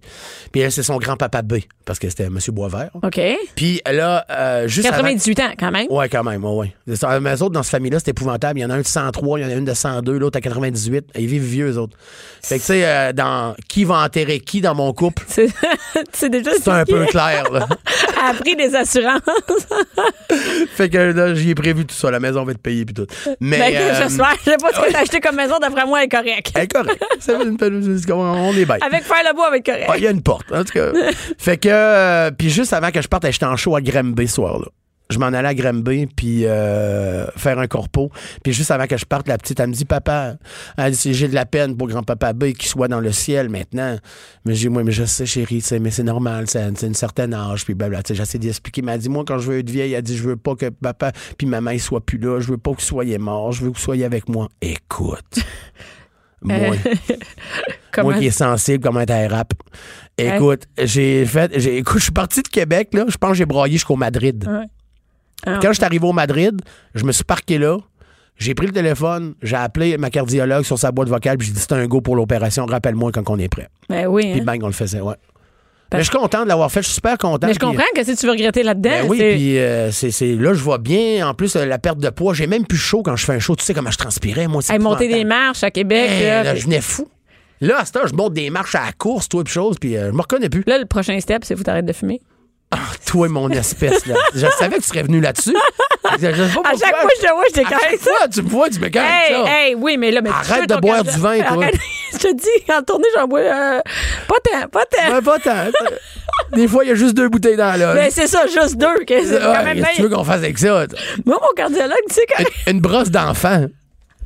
J: Puis elle, c'est son grand-papa B, parce que c'était M. Boisvert.
A: OK.
J: Puis là, euh, juste avant-
A: 98 ans, quand même.
J: Ouais, quand même, ouais, ouais. C'est ça. Mais eux autres, dans cette famille-là, c'est épouvantable. Il y en a un de 103, il y en a une de 102, l'autre à 98. Ils vivent vieux, eux autres. Fait que, tu sais, euh, dans qui va enterrer qui dans mon couple,
A: C'est c'est déjà
J: c'est un peu clair, là.
A: a pris des assurances.
J: Fait que là, j'y ai prévu tout ça. La maison va être payée puis tout. Mais.
A: Ben,
J: euh,
A: J'espère. Je sais pas ce que t'as acheté comme maison, d'après moi, elle est correcte.
J: elle est correcte. Ça fait une peine, c'est comme On est bête.
A: Avec faire le bois, elle est correcte.
J: Ah, Il y a une porte. En tout cas. fait que. euh, puis juste avant que je parte, j'étais en show à Grimby ce soir-là. Je m'en allais à Grimby, puis euh, faire un corpo. Puis juste avant que je parte, la petite, elle me dit Papa, elle dit, j'ai de la peine pour grand-papa B qu'il soit dans le ciel maintenant. Mais j'ai dit Moi, mais je sais, chérie, tu sais, mais c'est normal, c'est c'est une certaine âge, puis blabla. Tu sais, J'essaie d'expliquer. Mais elle dit Moi, quand je veux être vieille, elle dit Je veux pas que papa puis maman ils soient plus là, je veux pas que vous soyez morts, je veux que vous soyez avec moi. Écoute. moi,
A: Comment-
J: moi qui est sensible comme un taille rap. Écoute, j'ai fait. j'ai- écoute, je suis parti de Québec, là. Je pense que j'ai broyé jusqu'au Madrid.
A: Ouais.
J: Puis Quand je suis arrivé au Madrid, je me suis parqué là. J'ai pris le téléphone, j'ai appelé ma cardiologue sur sa boîte vocale, puis j'ai dit c'est un go pour l'opération, rappelle-moi quand on est prêt.
A: Ben oui.
J: Puis
A: hein.
J: bang, on le faisait, ouais. Mais je suis content de l'avoir fait, je suis super content.
A: Mais je
J: puis- euh,
A: comprends que si tu veux regretter là-dedans,
J: ben oui,
A: c'est-
J: puis euh, c'est, c'est- là, je vois bien. En plus, euh, la perte de poids, j'ai même plus chaud quand je fais un show. Tu sais comment je transpirais, moi. C'est
A: Hey, monter des
J: épouvantable.
A: marches à Québec.
J: Hey,
A: là,
J: là,
A: puis-
J: je venais fou. Là, à cette heure, je monte des marches à la course, toi, puis chose, puis euh, je me reconnais plus.
A: là, le prochain step, c'est faut t'arrêtes de fumer.
J: Toi, mon espèce, là. je savais que tu serais venu là-dessus. Je- je sais pas
A: À chaque
J: pourquoi.
A: fois, je te vois, je
J: Oh, À chaque
A: décaille ça.
J: fois, tu me vois, tu me calmes
A: Hey,
J: ça.
A: hey, oui, mais là, mais tu
J: Arrête
A: fais
J: de
A: ton
J: boire
A: café.
J: du vin, toi.
A: Arrête. je te dis, en tournée, j'en bois euh, pas tant, pas tant.
J: Ben, pas tant. Des fois, il y a juste deux bouteilles dans la loge.
A: Mais Ben, c'est ça, juste deux. Que c'est quand
J: Euh, Ouais,
A: même
J: qu'est-ce que tu veux
A: bien.
J: qu'on fasse avec ça? toi?
A: Moi, mon cardiologue, tu sais, quand
J: Une brosse d'enfant.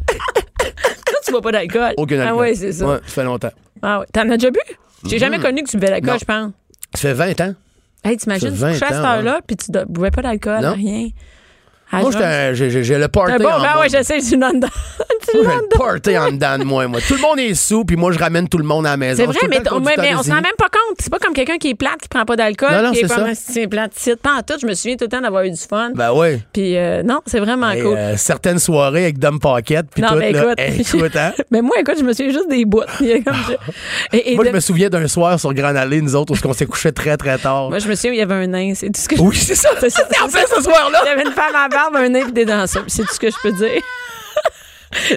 A: toi, tu bois pas d'alcool.
J: Aucun
A: Ah
J: alcool.
A: oui, c'est ça.
J: Ouais, ça fait longtemps.
A: Ah, ouais. T'en as déjà bu? J'ai jamais connu que tu buvais d'alcool,
J: Non.
A: je pense.
J: Ça fait 20 ans.
A: Hey, t'imagines,
J: Ça fait
A: tu couchais à
J: 20
A: cette
J: ans,
A: heure-là, puis tu do- buvais pas d'alcool,
J: Non.
A: rien. Ah,
J: Moi,
A: je-
J: j'étais un- j'ai j'ai- j'ai le party
A: T'es bon,
J: en
A: ben
J: moi.
A: ouais, je sais, je suis dans dedans. Tu
J: Moi,
A: l'as
J: j'ai le party en dedans de moi, moi. Tout le monde est sous, puis moi, je ramène tout le monde à la maison.
A: C'est
J: Je
A: vrai,
J: suis tout le
A: mais,
J: temps le
A: on- mais,
J: conducteur
A: mais on
J: des
A: s'en rend
J: îles.
A: même pas compte. C'est pas comme quelqu'un qui est plate, qui prend pas d'alcool,
J: Non, non,
A: qui est
J: c'est
A: comme
J: ça.
A: un c'est plate, c'est pas en tout. Je me souviens tout le temps d'avoir eu du fun.
J: Ben ouais.
A: Puis euh, non, c'est vraiment
J: Et,
A: cool.
J: euh, certaines soirées avec Dom Paquette, puis
A: non,
J: tout,
A: mais
J: là.
A: écoute,
J: Hey, écoute, hein?
A: mais moi, écoute, je me souviens juste des bouts. Il y a comme je- et- et
J: Moi, je
A: de-
J: me souviens d'un soir sur Grand Allée, nous autres, où on s'est couché très, très tard.
A: moi, je me souviens, il y avait un nain, c'est tout ce que je
J: Oui, c'est ça.
A: C'est ça,
J: En
A: c'est
J: fait,
A: ça.
J: ce soir-là.
A: Il y avait une femme à barbe, un nain, puis des danseurs. C'est tout ce que je peux dire.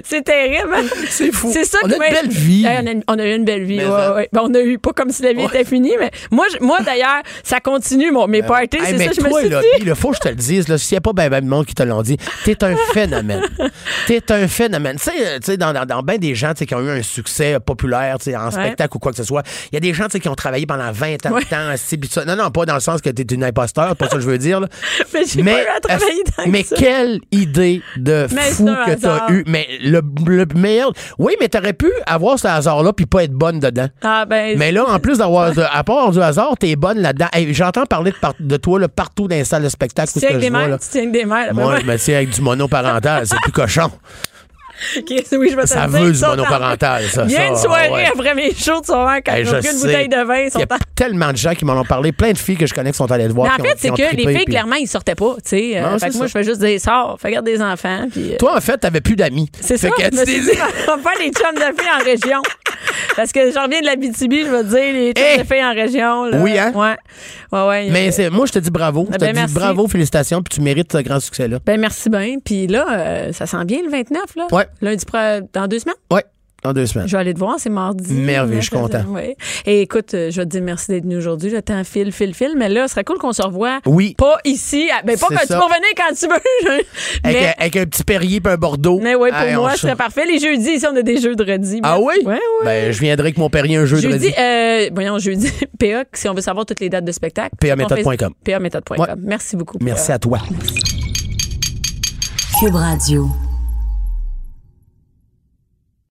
A: C'est terrible. hein.
J: C'est fou.
A: C'est ça
J: On
A: qui
J: a une
A: m'a-
J: belle vie.
A: Hey, on, a une- on a eu une belle vie.
J: Mais
A: ouais,
J: ça-
A: ouais. Ben, on a eu pas comme si la vie était finie, mais moi, je- moi d'ailleurs, ça continue. mon- mes parties,
J: Hey,
A: c'est
J: mais
A: ça, je me
J: toi,
A: suis
J: là,
A: dit.
J: Bill, faut que je te le dise, là, s'il n'y a pas ben, ben de monde qui te l'ont dit, t'es un phénomène. t'es un phénomène. Tu sais, euh, tu sais, dans, dans, dans ben des gens tu sais, qui ont eu un succès euh, populaire tu sais, en spectacle ou quoi que ce soit, il y a des gens tu sais, qui ont travaillé pendant 20 ans, de
A: Ouais.
J: temps, assis, pis tout ça. Non, non, pas dans le sens que t'es une imposteur, pas ça que je veux dire. là.
A: Mais j'ai pas eu à travailler dans
J: mais
A: ça.
J: quelle idée de
A: Mais
J: fou
A: c'est un
J: que t'as
A: hasard.
J: eu. Mais le, le meilleur. Oui, mais t'aurais pu avoir ce hasard-là puis pas être bonne dedans.
A: Ah, ben,
J: Mais là, en plus d'avoir, de- à part du hasard, t'es bonne là-dedans. Hey, j'entends parler de, par- de toi là, partout dans les salles de spectacle.
A: tu
J: où
A: tiens
J: que
A: avec
J: je
A: des
J: vois,
A: mères,
J: là.
A: tu tiens avec des mères. là,
J: Moi,
A: ben,
J: je me tiens avec du monoparental. C'est plus cochon.
A: Ok, oui, je vais te
J: Ça
A: le dire,
J: veut du
A: ils sont en-
J: monoparental, ça.
A: Il y
J: ça,
A: a une soirée
J: ouais.
A: après mes shows, tu vas voir, quand
J: Hey,
A: ils
J: je
A: n'ont qu'une
J: sais.
A: bouteille de vin, ils
J: Il
A: sont
J: y
A: en...
J: a tellement de gens qui m'en ont parlé, plein de filles que je connais qui sont allées te voir.
A: Mais en
J: qui ont-
A: fait,
J: qui
A: c'est
J: ont
A: que les
J: trippé,
A: filles,
J: puis-
A: clairement, ils sortaient pas, tu sais. euh,
J: Non,
A: fait
J: c'est
A: que moi,
J: ça.
A: je fais juste des sorts, fais garder des enfants, puis... euh,
J: Toi, en fait, t'avais plus d'amis.
A: C'est
J: Fait
A: ça,
J: que
A: je
J: tu
A: me
J: t'es
A: suis
J: dit-
A: dit, on va faire les chums de filles en région. Parce que j'en reviens de la BTB, je veux dire, les trucs de filles en région. là.
J: Eh! Oui, hein?
A: Ouais. Ouais, ouais.
J: Mais eh, c'est- moi, je te dis bravo.
A: Ah,
J: Je te
A: ben,
J: dis
A: merci.
J: bravo, félicitations, puis tu mérites ce grand succès-là.
A: Ben, merci bien. Puis là, euh, ça sent bien le 29, là.
J: Ouais.
A: Lundi, pro- dans deux semaines.
J: Ouais, en deux semaines.
A: Je vais aller te voir, c'est mardi.
J: Merveilleux, je suis
A: Mercredi,
J: content.
A: ouais. Et écoute, euh, je vais te dire merci d'être venu aujourd'hui. Le temps file, file, file. Mais là, ce serait cool qu'on se revoie.
J: Oui.
A: Pas ici. à- Ben, pas
J: C'est
A: quand tu
J: ça.
A: peux revenir quand tu veux.
J: Avec,
A: mais,
J: un- avec un petit Perrier puis un Bordeaux.
A: mais ouais, pour
J: oh, Hey, on
A: moi,
J: se-
A: ce serait parfait. Les jeudis, ici, on a des jeux de redis.
J: Ah oui?
A: Ouais, ouais.
J: Ben, je viendrai avec mon Perrier un jeu de
A: Jeudi, euh, voyons, jeudi, PA, si on veut savoir toutes les dates de spectacle.
J: PAméthode.com.
A: PAméthode.com.
J: Ouais.
A: Merci beaucoup.
J: Merci à toi.
F: Cube Radio.